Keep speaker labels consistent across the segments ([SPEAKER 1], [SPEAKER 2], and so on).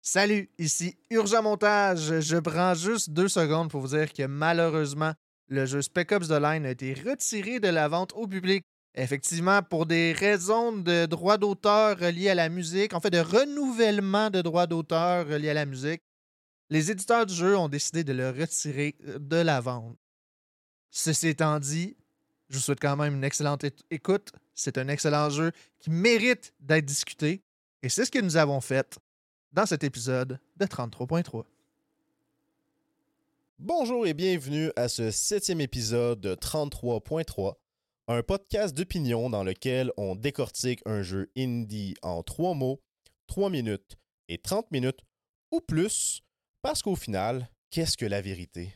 [SPEAKER 1] Salut, ici Urgent Montage. Je prends juste deux secondes pour vous dire que malheureusement, le jeu Spec Ops The Line a été retiré de la vente au public. Effectivement, pour des raisons de droits d'auteur reliés à la musique, en fait de renouvellement de droits d'auteur reliés à la musique, les éditeurs du jeu ont décidé de le retirer euh, de la vente. Ceci étant dit, je vous souhaite quand même une excellente é- écoute. C'est un excellent jeu qui mérite d'être discuté. Et c'est ce que nous avons fait dans cet épisode de 33.3.
[SPEAKER 2] Bonjour et bienvenue à ce septième épisode de 33.3, un podcast d'opinion dans lequel on décortique un jeu indie en trois mots, trois minutes et 30 minutes ou plus, parce qu'au final, qu'est-ce que la vérité?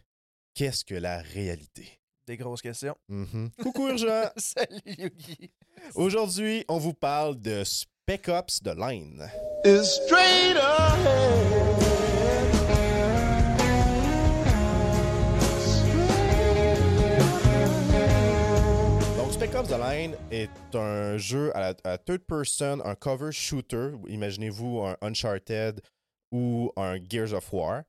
[SPEAKER 2] Qu'est-ce que la réalité?
[SPEAKER 3] Des grosses questions.
[SPEAKER 2] Mhm. Coucou Urgent!
[SPEAKER 3] Salut Yugi.
[SPEAKER 2] Aujourd'hui, on vous parle de Spec Ops de Line. Donc, Spec Ops The Line est un jeu à, la- à third person, un cover shooter. Imaginez-vous un Uncharted ou un Gears of War.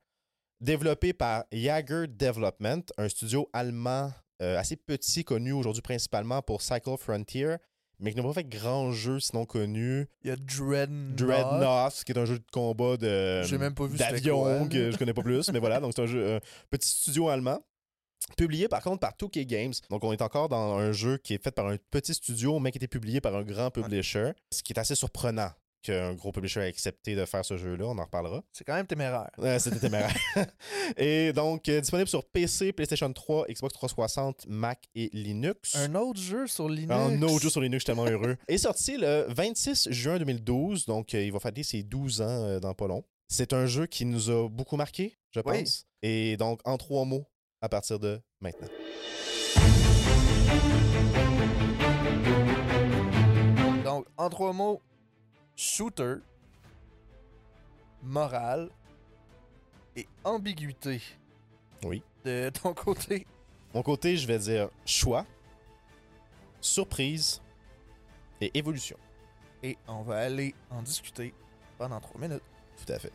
[SPEAKER 2] Développé par Jaeger Development, un studio allemand euh, assez petit, connu aujourd'hui principalement pour Cycle Frontier, mais qui n'a pas fait grand jeu sinon connu.
[SPEAKER 3] Il y a Dreadnought.
[SPEAKER 2] Dreadnought, qui est un jeu de combat de hum,
[SPEAKER 3] J'ai même pas vu c'était quoi,
[SPEAKER 2] d'avion
[SPEAKER 3] là.
[SPEAKER 2] que je connais pas plus, mais voilà, donc c'est un jeu un petit studio allemand. Publié par contre par 2K Games. Donc on est encore dans un jeu qui est fait par un petit studio, mais qui était publié par un grand publisher. Ce qui est assez surprenant qu'un gros publisher ait accepté de faire ce jeu-là. On en reparlera.
[SPEAKER 3] C'est quand même téméraire.
[SPEAKER 2] Euh, C'était téméraire. et donc euh, disponible sur PC, PlayStation 3, Xbox 360, Mac et Linux.
[SPEAKER 3] Un autre jeu sur Linux.
[SPEAKER 2] Un autre jeu sur Linux, je suis tellement heureux. Est sorti le 26 juin 2012, donc euh, il va fêter ses 12 ans euh, dans pas long. C'est un jeu qui nous a beaucoup marqué, je
[SPEAKER 3] Oui.
[SPEAKER 2] pense. Et donc, en trois mots, à partir de maintenant.
[SPEAKER 3] Donc, en trois mots, shooter, morale et ambiguïté.
[SPEAKER 2] Oui.
[SPEAKER 3] De ton côté,
[SPEAKER 2] Mon côté, je vais dire choix, surprise et évolution.
[SPEAKER 3] et on va aller en discuter pendant trois minutes.
[SPEAKER 2] Tout à fait.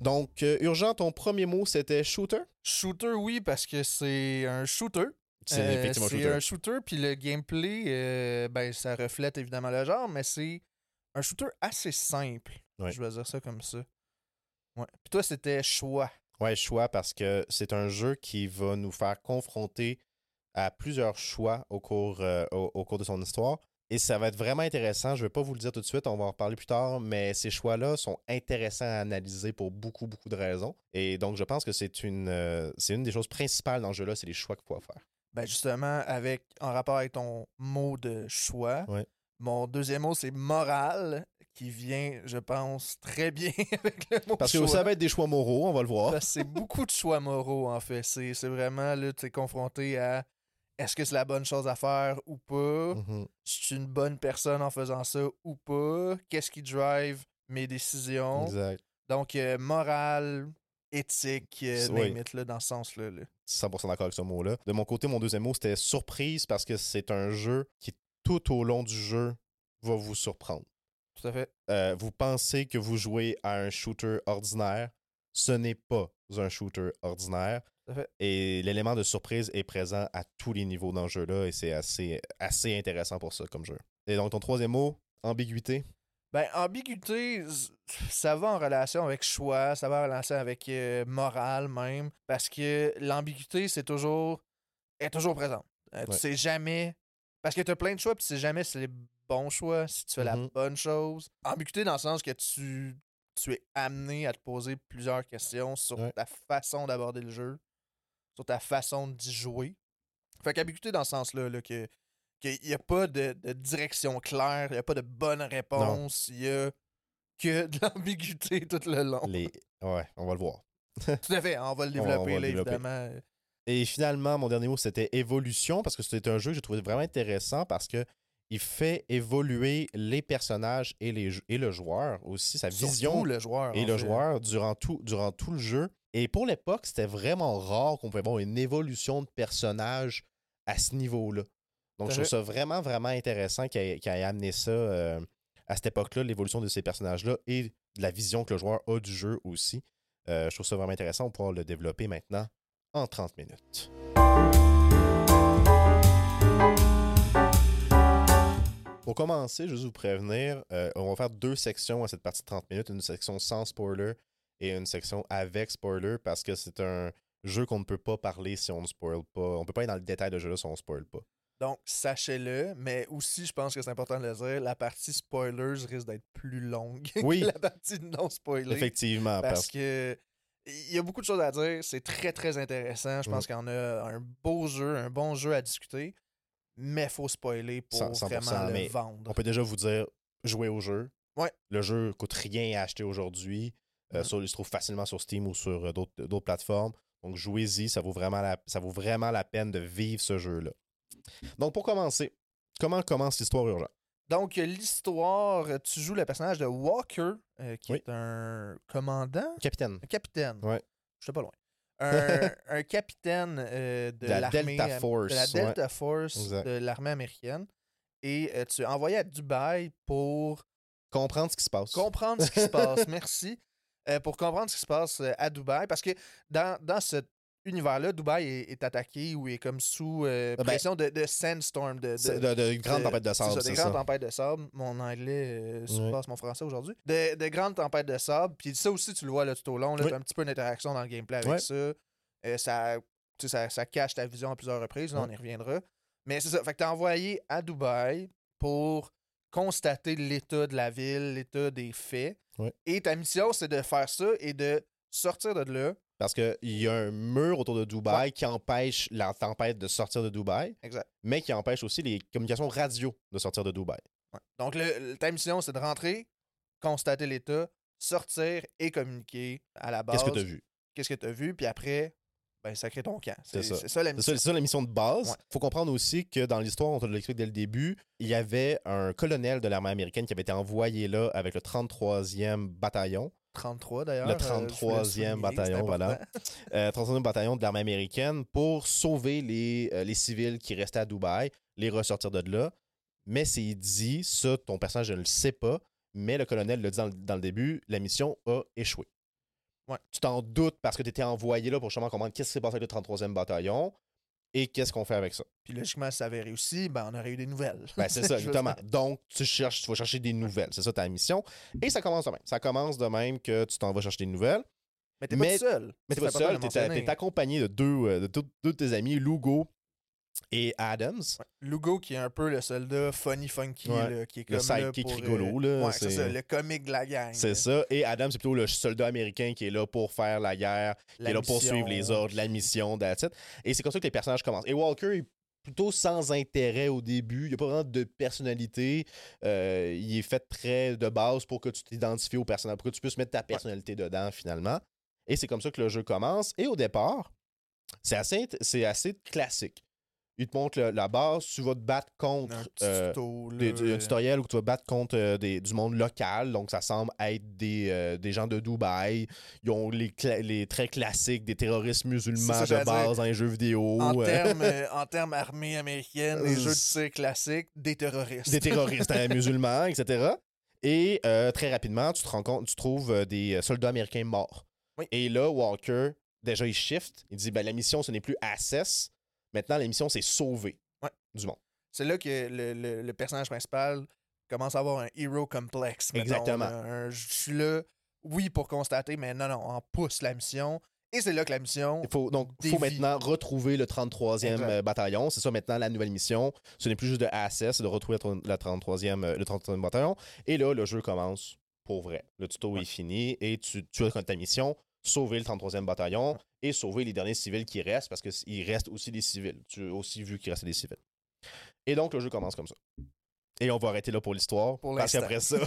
[SPEAKER 2] Donc, euh, Urgent, ton premier mot, c'était
[SPEAKER 3] Euh,
[SPEAKER 2] shooter?
[SPEAKER 3] Shooter, oui, parce que c'est un shooter.
[SPEAKER 2] C'est
[SPEAKER 3] Euh,
[SPEAKER 2] effectivement
[SPEAKER 3] c'est
[SPEAKER 2] shooter.
[SPEAKER 3] un shooter, puis le gameplay, euh, ben, ça reflète évidemment le genre, mais c'est un shooter assez simple.
[SPEAKER 2] Ouais.
[SPEAKER 3] Je vais dire ça comme ça. Ouais. Puis toi, c'était choix.
[SPEAKER 2] Ouais, choix, parce que c'est un jeu qui va nous faire confronter à plusieurs choix au cours, euh, au, au cours de son histoire. Et ça va être vraiment intéressant. Je ne vais pas vous le dire tout de suite, on va en reparler plus tard, mais ces choix-là sont intéressants à analyser pour beaucoup, beaucoup de raisons. Et donc, je pense que c'est une, euh, c'est une des choses principales dans ce jeu-là, c'est les choix qu'il faut faire.
[SPEAKER 3] Ben justement, avec en rapport avec ton mot de choix,
[SPEAKER 2] Ouais.
[SPEAKER 3] mon deuxième mot, c'est morale, qui vient, je pense, très bien avec le mot
[SPEAKER 2] Parce que
[SPEAKER 3] choix.
[SPEAKER 2] ça va être des choix moraux, on va le voir.
[SPEAKER 3] Parce que c'est beaucoup de choix moraux, en fait. C'est c'est vraiment, là, tu es confronté à est-ce que c'est la bonne chose à faire ou pas?
[SPEAKER 2] Mhm.
[SPEAKER 3] je suis une bonne personne en faisant ça ou pas, qu'est-ce qui drive mes décisions.
[SPEAKER 2] Exact.
[SPEAKER 3] Donc, euh, morale, éthique, euh,
[SPEAKER 2] C'est- oui.
[SPEAKER 3] name it, là, dans ce sens-là. là.
[SPEAKER 2] 100% d'accord avec ce mot-là. De mon côté, mon deuxième mot, c'était surprise parce que c'est un jeu qui, tout au long du jeu, va vous surprendre.
[SPEAKER 3] Tout à fait.
[SPEAKER 2] Euh, vous pensez que vous jouez à un shooter ordinaire, ce n'est pas un shooter ordinaire.
[SPEAKER 3] Tout à fait.
[SPEAKER 2] Et l'élément de surprise est présent à tous les niveaux dans ce jeu-là et c'est assez, assez intéressant pour ça comme jeu. Et donc, ton troisième mot, ambiguïté.
[SPEAKER 3] Ben, ambiguïté, z- ça va en relation avec choix, ça va en relation avec euh, morale même, parce que l'ambiguïté, c'est toujours. est toujours présente. Euh,
[SPEAKER 2] Ouais.
[SPEAKER 3] Tu sais jamais. Parce que tu as plein de choix, puis tu sais jamais si c'est les bons choix, si tu fais la
[SPEAKER 2] Mhm.
[SPEAKER 3] bonne chose. Ambiguïté dans le sens que tu, tu es amené à te poser plusieurs questions sur
[SPEAKER 2] Ouais.
[SPEAKER 3] ta façon d'aborder le jeu, sur ta façon d'y jouer. Fait qu'ambiguïté dans ce sens-là, là, que qu'il n'y a pas de, de direction claire, il n'y a pas de bonne réponse, il y a que de l'ambiguïté tout le long.
[SPEAKER 2] Les... Ouais, on va le voir.
[SPEAKER 3] Tout à fait, on va le
[SPEAKER 2] On va- on
[SPEAKER 3] développer,
[SPEAKER 2] va le
[SPEAKER 3] là,
[SPEAKER 2] développer.
[SPEAKER 3] évidemment.
[SPEAKER 2] Et finalement, mon dernier mot, c'était évolution, parce que c'était un jeu que j'ai trouvé vraiment intéressant parce que il fait évoluer les personnages et, les, et le joueur aussi, sa vision
[SPEAKER 3] Surtout le joueur.
[SPEAKER 2] et
[SPEAKER 3] en
[SPEAKER 2] le
[SPEAKER 3] fait.
[SPEAKER 2] joueur durant tout, durant tout le jeu. Et pour l'époque, c'était vraiment rare qu'on pouvait voir une évolution de personnage à ce niveau-là. Donc,
[SPEAKER 3] T'as
[SPEAKER 2] je trouve ça vraiment, vraiment intéressant qu'il ait, qu'il ait amené ça euh, à cette époque-là, l'évolution de ces personnages-là et de la vision que le joueur a du jeu aussi. Euh, je trouve ça vraiment intéressant. On pourra le développer maintenant en 30 minutes. Pour commencer, je vais juste vous prévenir, euh, on va faire deux sections à cette partie de 30 minutes, une section sans spoiler et une section avec spoiler parce que c'est un jeu qu'on ne peut pas parler si on ne spoil pas. On ne peut pas aller dans le détail de jeu-là si on ne spoil pas.
[SPEAKER 3] Donc, sachez-le, mais aussi, je pense que c'est important de le dire, la partie spoilers risque d'être plus longue
[SPEAKER 2] Oui.
[SPEAKER 3] que la partie non-spoilers.
[SPEAKER 2] Effectivement,
[SPEAKER 3] Parce
[SPEAKER 2] parce
[SPEAKER 3] que il y a beaucoup de choses à dire. C'est très, très intéressant.
[SPEAKER 2] Mmh.
[SPEAKER 3] Je pense qu'on a un beau jeu, un bon jeu à discuter, mais faut spoiler pour
[SPEAKER 2] Cent- cent pour cent,
[SPEAKER 3] vraiment le
[SPEAKER 2] mais
[SPEAKER 3] vendre.
[SPEAKER 2] On peut déjà vous dire, jouez au jeu.
[SPEAKER 3] Ouais.
[SPEAKER 2] Le jeu coûte rien à acheter aujourd'hui. Euh,
[SPEAKER 3] Mhm.
[SPEAKER 2] sur- il se trouve facilement sur Steam ou sur euh, d'autres d'autres plateformes. Donc, jouez-y. Ça, vaut vraiment la- ça vaut vraiment la peine de vivre ce jeu-là. Donc, pour commencer, comment commence l'histoire urgente?
[SPEAKER 3] Donc, l'histoire, tu joues le personnage de Walker, euh, qui
[SPEAKER 2] Oui.
[SPEAKER 3] est un commandant,
[SPEAKER 2] Capitaine.
[SPEAKER 3] un capitaine.
[SPEAKER 2] Ouais.
[SPEAKER 3] Je pas loin. Un, un capitaine euh, de,
[SPEAKER 2] De la
[SPEAKER 3] l'armée
[SPEAKER 2] Delta
[SPEAKER 3] am-
[SPEAKER 2] Force,
[SPEAKER 3] De la
[SPEAKER 2] ouais.
[SPEAKER 3] Delta Force
[SPEAKER 2] Exact.
[SPEAKER 3] de l'armée américaine. Et euh, tu es envoyé à Dubaï pour
[SPEAKER 2] Comprendre ce qui se passe.
[SPEAKER 3] comprendre ce qui se passe. Merci. Euh, pour comprendre ce qui se passe euh, à Dubaï. Parce que dans, dans cet univers-là, Dubaï est, est attaqué ou est comme sous euh,
[SPEAKER 2] Ben,
[SPEAKER 3] pression de, de sandstorm, de,
[SPEAKER 2] C'est
[SPEAKER 3] de-
[SPEAKER 2] de, de grandes
[SPEAKER 3] de-
[SPEAKER 2] tempêtes de
[SPEAKER 3] c'est ça,
[SPEAKER 2] sable,
[SPEAKER 3] des
[SPEAKER 2] c'est
[SPEAKER 3] grandes
[SPEAKER 2] ça.
[SPEAKER 3] tempêtes de sable. Mon anglais euh, surpasse mon français aujourd'hui. De, de grandes tempêtes de sable. Puis ça aussi, tu le vois là, tout au long. Là,
[SPEAKER 2] Oui.
[SPEAKER 3] t'as un petit peu une interaction dans le gameplay avec
[SPEAKER 2] Ouais.
[SPEAKER 3] ça. Euh, ça, tu sais, ça. ça cache ta vision à plusieurs reprises. Là, on y reviendra. Mais c'est ça. Fait que t'es envoyé à Dubaï pour constater l'état de la ville, l'état des faits.
[SPEAKER 2] Ouais.
[SPEAKER 3] Et ta mission, c'est de faire ça et de sortir de là.
[SPEAKER 2] Parce qu'il y a un mur autour de Dubaï qui empêche la tempête de sortir de Dubaï,
[SPEAKER 3] Exact.
[SPEAKER 2] mais qui empêche aussi les communications radio de sortir de Dubaï.
[SPEAKER 3] Ouais. Donc, le, le- ta mission, c'est de rentrer, constater l'état, sortir et communiquer à la base.
[SPEAKER 2] Qu'est-ce que tu as vu?
[SPEAKER 3] qu'est-ce que tu as vu, puis après, ben, ça crée ton camp. C'est
[SPEAKER 2] C'est ça.
[SPEAKER 3] c'est ça la
[SPEAKER 2] C'est ça,
[SPEAKER 3] mission.
[SPEAKER 2] c'est ça la mission de base.
[SPEAKER 3] Ouais.
[SPEAKER 2] faut comprendre aussi que dans l'histoire, on te l'explique dès le début, il y avait un colonel de l'armée américaine qui avait été envoyé là avec le 33e bataillon.
[SPEAKER 3] 33 d'ailleurs.
[SPEAKER 2] Le
[SPEAKER 3] euh, je voulais
[SPEAKER 2] 33e
[SPEAKER 3] souligner,
[SPEAKER 2] bataillon,
[SPEAKER 3] c'est
[SPEAKER 2] voilà.
[SPEAKER 3] important.
[SPEAKER 2] euh, 31e bataillon de l'armée américaine pour sauver les, euh, les civils qui restaient à Dubaï, les ressortir de là. Mais c'est dit, ça, ton personnage ne le sait pas, mais le colonel le dit dans, le- dans le début, la mission a échoué.
[SPEAKER 3] Ouais.
[SPEAKER 2] Tu t'en doutes parce que tu étais envoyé là pour justement comprendre qu'est-ce qui s'est passé avec le 33e bataillon et qu'est-ce qu'on fait avec ça.
[SPEAKER 3] Puis logiquement, si ça avait réussi, ben, on aurait eu des nouvelles.
[SPEAKER 2] Ben, c'est ça,
[SPEAKER 3] Je veux
[SPEAKER 2] exactement. Donc, tu cherches, tu vas chercher des nouvelles. C'est ça ta mission. Et ça commence de même. Ça commence de même que tu t'en vas chercher des nouvelles.
[SPEAKER 3] Mais t'es
[SPEAKER 2] Mais-
[SPEAKER 3] pas tout seul.
[SPEAKER 2] Mais t'es pas seul, t'es t'es accompagné de deux, euh, de deux, deux de tes amis, Lugo et Adams.
[SPEAKER 3] Lugo, qui est un peu le soldat funny funky,
[SPEAKER 2] Ouais.
[SPEAKER 3] là, qui est comme.
[SPEAKER 2] Le
[SPEAKER 3] là,
[SPEAKER 2] sidekick
[SPEAKER 3] pour, euh,
[SPEAKER 2] rigolo, là.
[SPEAKER 3] Ouais, c'est
[SPEAKER 2] c'est
[SPEAKER 3] ça, le comique de la gang.
[SPEAKER 2] c'est ça. Et Adams, c'est plutôt le soldat américain qui est là pour faire la guerre,
[SPEAKER 3] La
[SPEAKER 2] qui est là pour
[SPEAKER 3] mission.
[SPEAKER 2] suivre les ordres, la mission, that's it. Et c'est comme ça que les personnages commencent. Et Walker est plutôt sans intérêt au début. Il n'y a pas vraiment de personnalité. Euh, il est fait très de base pour que tu t'identifies au personnage, pour que tu puisses mettre ta personnalité dedans, finalement. Et c'est comme ça que le jeu commence. Et au départ, c'est assez, int- c'est assez classique. Il te montre le- la base, tu vas te battre contre.
[SPEAKER 3] Un petit
[SPEAKER 2] euh,
[SPEAKER 3] tuto, là.
[SPEAKER 2] des- du- un tutoriel où tu vas battre contre euh, des- du monde local, donc ça semble être des, euh, des gens de Dubaï. Ils ont les, cla- les traits classiques des terroristes musulmans
[SPEAKER 3] C'est ça,
[SPEAKER 2] de
[SPEAKER 3] j'allais
[SPEAKER 2] base dans les jeux vidéo.
[SPEAKER 3] En
[SPEAKER 2] euh,
[SPEAKER 3] termes euh, en termes armée américaine, les jeux de tir classiques, des terroristes.
[SPEAKER 2] des terroristes euh, musulmans, etc. Et euh, très rapidement, tu te rends compte, tu trouves euh, des euh, soldats américains morts.
[SPEAKER 3] Oui.
[SPEAKER 2] Et là, Walker, déjà, il shift. Il dit ben, la mission, ce n'est plus assess. Maintenant, la mission, c'est sauver
[SPEAKER 3] Ouais.
[SPEAKER 2] du monde.
[SPEAKER 3] C'est là que le, le- le personnage principal commence à avoir un hero complexe. mettons,
[SPEAKER 2] Exactement.
[SPEAKER 3] là. Un- je suis là, oui, pour constater, mais non, non, on pousse la mission. Et c'est là que la mission.
[SPEAKER 2] Il faut, donc, il faut
[SPEAKER 3] Des vies.
[SPEAKER 2] maintenant retrouver le 33e
[SPEAKER 3] Exact.
[SPEAKER 2] euh, bataillon. C'est ça maintenant la nouvelle mission. Ce n'est plus juste de ASS, c'est de retrouver la tro- la 33e, euh, le 33e bataillon. Et là, le jeu commence pour vrai. Le tuto est fini et tu, tu as comme ta mission sauver le 33e bataillon et sauver les derniers civils qui restent parce qu'il reste aussi des civils. Tu as aussi vu qu'il restait des civils. Et donc, le jeu commence comme ça. Et on va arrêter là pour l'histoire.
[SPEAKER 3] Pour
[SPEAKER 2] parce
[SPEAKER 3] l'instant.
[SPEAKER 2] qu'après ça,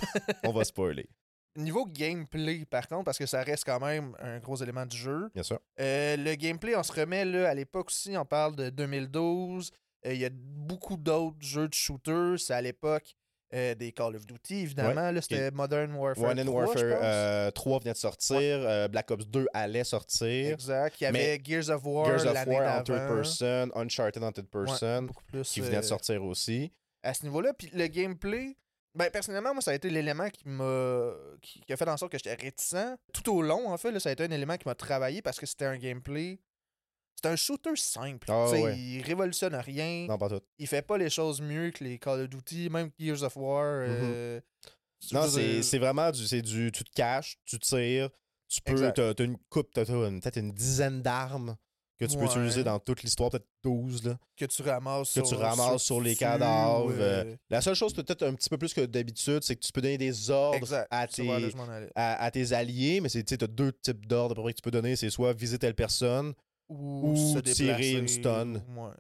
[SPEAKER 2] on va spoiler.
[SPEAKER 3] Niveau gameplay, par contre, parce que ça reste quand même un gros élément du jeu.
[SPEAKER 2] Bien sûr.
[SPEAKER 3] Euh, le gameplay, on se remet là, à l'époque aussi, on parle de 2012. Euh, Il y a beaucoup d'autres jeux de shooter. C'est à l'époque euh, des Call of Duty, évidemment. là, C'était Modern Warfare.
[SPEAKER 2] One and
[SPEAKER 3] 3, je
[SPEAKER 2] Warfare
[SPEAKER 3] pense.
[SPEAKER 2] euh, 3 venait de sortir, euh, Black Ops 2 allait sortir,
[SPEAKER 3] exact. Il y
[SPEAKER 2] mais
[SPEAKER 3] avait Gears of War,
[SPEAKER 2] Gears of
[SPEAKER 3] l'année
[SPEAKER 2] War, Third
[SPEAKER 3] d'avant.
[SPEAKER 2] Person, Uncharted en Third Person,
[SPEAKER 3] Beaucoup plus.
[SPEAKER 2] qui venait de
[SPEAKER 3] euh,
[SPEAKER 2] sortir aussi.
[SPEAKER 3] à ce niveau-là. Puis le gameplay, ben, personnellement, moi, ça a été l'élément qui m'a. Qui, qui a fait en sorte que j'étais réticent. Tout au long, en fait, là, ça a été un élément qui m'a travaillé parce que c'était un gameplay. C'était un shooter simple.
[SPEAKER 2] Ah,
[SPEAKER 3] Tu sais,
[SPEAKER 2] ouais.
[SPEAKER 3] Il révolutionne rien.
[SPEAKER 2] Non, pas tout.
[SPEAKER 3] Il fait pas les choses mieux que les Call of Duty, même Gears of War. euh, je
[SPEAKER 2] Mm-hmm. Non,
[SPEAKER 3] veux
[SPEAKER 2] c'est
[SPEAKER 3] dire-
[SPEAKER 2] c'est vraiment du, c'est du. Tu te caches, tu tires, tu peux.
[SPEAKER 3] Exact.
[SPEAKER 2] T'as t'as une coupe, t'as t'as une- peut-être une dizaine d'armes que tu peux
[SPEAKER 3] Ouais.
[SPEAKER 2] utiliser dans toute l'histoire, peut-être 12. Là.
[SPEAKER 3] que tu ramasses
[SPEAKER 2] que
[SPEAKER 3] sur,
[SPEAKER 2] tu ramasses sur les
[SPEAKER 3] dessus,
[SPEAKER 2] cadavres,
[SPEAKER 3] euh,
[SPEAKER 2] La seule chose, peut-être un petit peu plus que d'habitude, c'est que tu peux donner des ordres
[SPEAKER 3] euh, exact.
[SPEAKER 2] à
[SPEAKER 3] Tu vois, là,
[SPEAKER 2] tes,
[SPEAKER 3] je m'en allais.
[SPEAKER 2] à, à tes alliés, mais tu as deux types d'ordres à peu près que tu peux donner. C'est soit viser telle personne.
[SPEAKER 3] Ou,
[SPEAKER 2] ou
[SPEAKER 3] se
[SPEAKER 2] tirer une
[SPEAKER 3] déplacer,
[SPEAKER 2] stun. euh,
[SPEAKER 3] ouais,